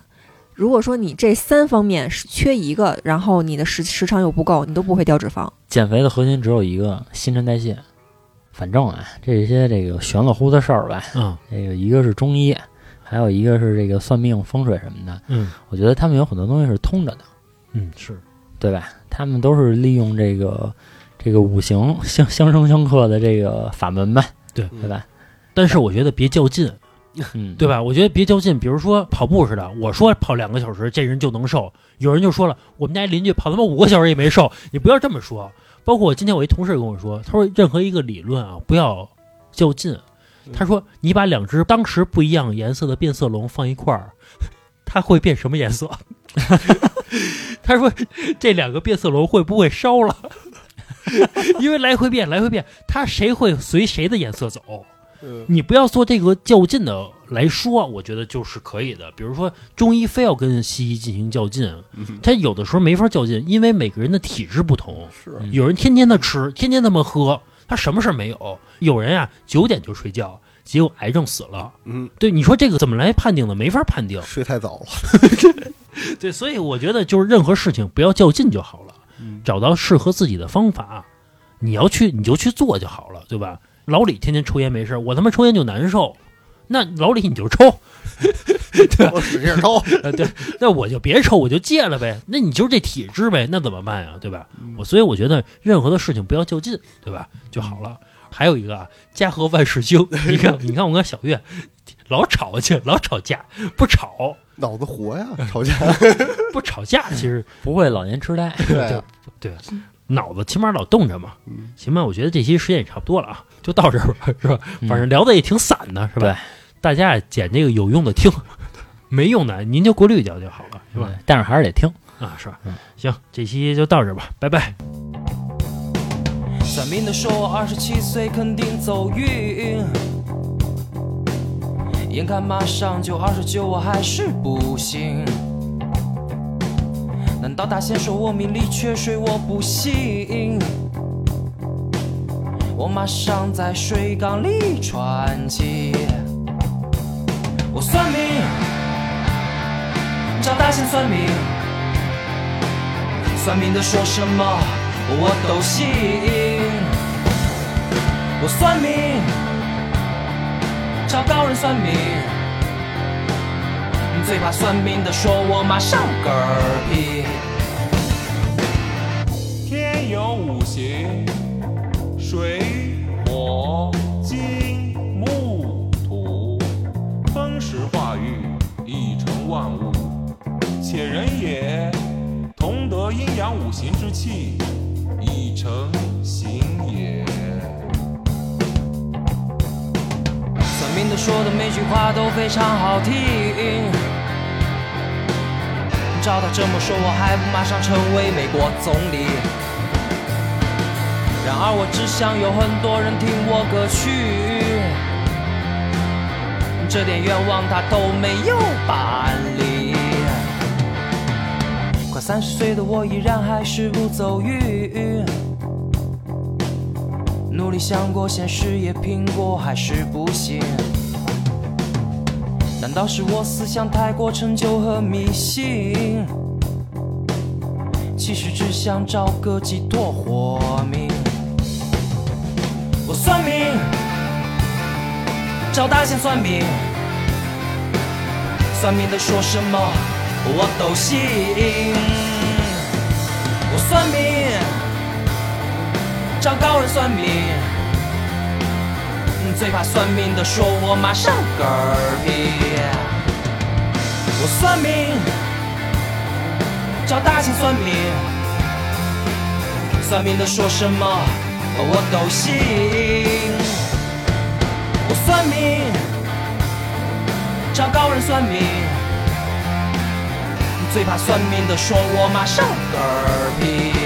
E: 如果说你这三方面是缺一个，然后你的时时长又不够，你都不会掉脂肪。
B: 减肥的核心只有一个，新陈代谢。反正啊，这些这个玄了乎的事儿吧，
C: 嗯
B: 这个一个是中医，还有一个是这个算命、风水什么的，
C: 嗯
B: 我觉得他们有很多东西是通着的，
C: 嗯，是
B: 对吧？他们都是利用这个这个五行相相生相克的这个法门呗，
C: 对
B: 对吧？
C: 但是我觉得别较劲，
B: 嗯，
C: 对吧？我觉得别较劲。比如说跑步似的，我说跑两个小时，这人就能瘦。有人就说了，我们家邻居跑他妈五个小时也没瘦。你不要这么说。包括我今天我一同事跟我说，他说任何一个理论啊，不要较劲。他说你把两只当时不一样颜色的变色龙放一块儿， 它会变什么颜色？ 他说这两个变色龙会不会烧了？ 因为来回变，来回变，它谁会随谁的颜色走？
D: 嗯
C: 你不要做这个较劲的来说，啊我觉得就是可以的。比如说中医非要跟西医进行较劲，他有的时候没法较劲，因为每个人的体质不同。
D: 是
B: 嗯
C: 有人天天的吃，天天他妈喝，他什么事儿没有。有人啊九点就睡觉，结果癌症死了。
D: 嗯，
C: 对，你说这个怎么来判定的？没法判定。
D: 睡太早了，
C: 对，所以我觉得就是任何事情不要较劲就好了，找到适合自己的方法，你要去你就去做就好了，对吧？老李天天抽烟没事儿，我他妈抽烟就难受，那老李你就抽，
D: 我使劲抽，
C: 呃对，那我就别抽，我就戒了呗。那你就是这体质呗，那怎么办呀？对吧？我所以我觉得任何的事情不要较劲，对吧？就好了。还有一个啊，家和万事兴。你看，你看我跟小月老吵架，老吵架，不吵
D: 脑子活呀，吵架，
C: 不吵架，其实
B: 不会老年痴呆。
D: 对，
C: 脑子起码老动着嘛。
D: 嗯
C: 行吧，我觉得这期时间也差不多了啊，就到这儿吧，是吧？
B: 嗯
C: 反正聊的也挺散的，是吧？
B: 对
C: 大家捡这个有用的听， 没用的您就过滤掉就好了，是吧？
B: 对但是还是得听。
C: 啊，是吧
B: 嗯？
C: 行，这期就到这儿吧，拜拜。
A: 算命的说我二十七岁肯定走运，眼看马上就二十九，我还是不行。难道大仙说我命里缺水，我不信？我马上在水缸里喘气。我算命，找大仙算命，算命的说什么我都信。我算命，找高人算命，最怕算命的说我马上嗝屁。
F: 没有五行，水火金木土，风时化育，以成万物。且人也，同得阴阳五行之气，以成形也。
A: 算命的说的每句话都非常好听。照他这么说，我还不马上成为美国总理？然而我只想有很多人听我歌曲，这点愿望他都没有办理。快三十岁的我依然还是不走运。努力想过，现实也拼过，还是不行。难道是我思想太过陈旧和迷信？其实只想找个寄托活命。我算命，找大仙算命，算命的说什么我都信。我算命。找高人算命，最怕算命的说我马上嗝屁。我算命，找大型算命，算命的说什么我都信。我算命，找高人算命，最怕算命的说我马上嗝屁。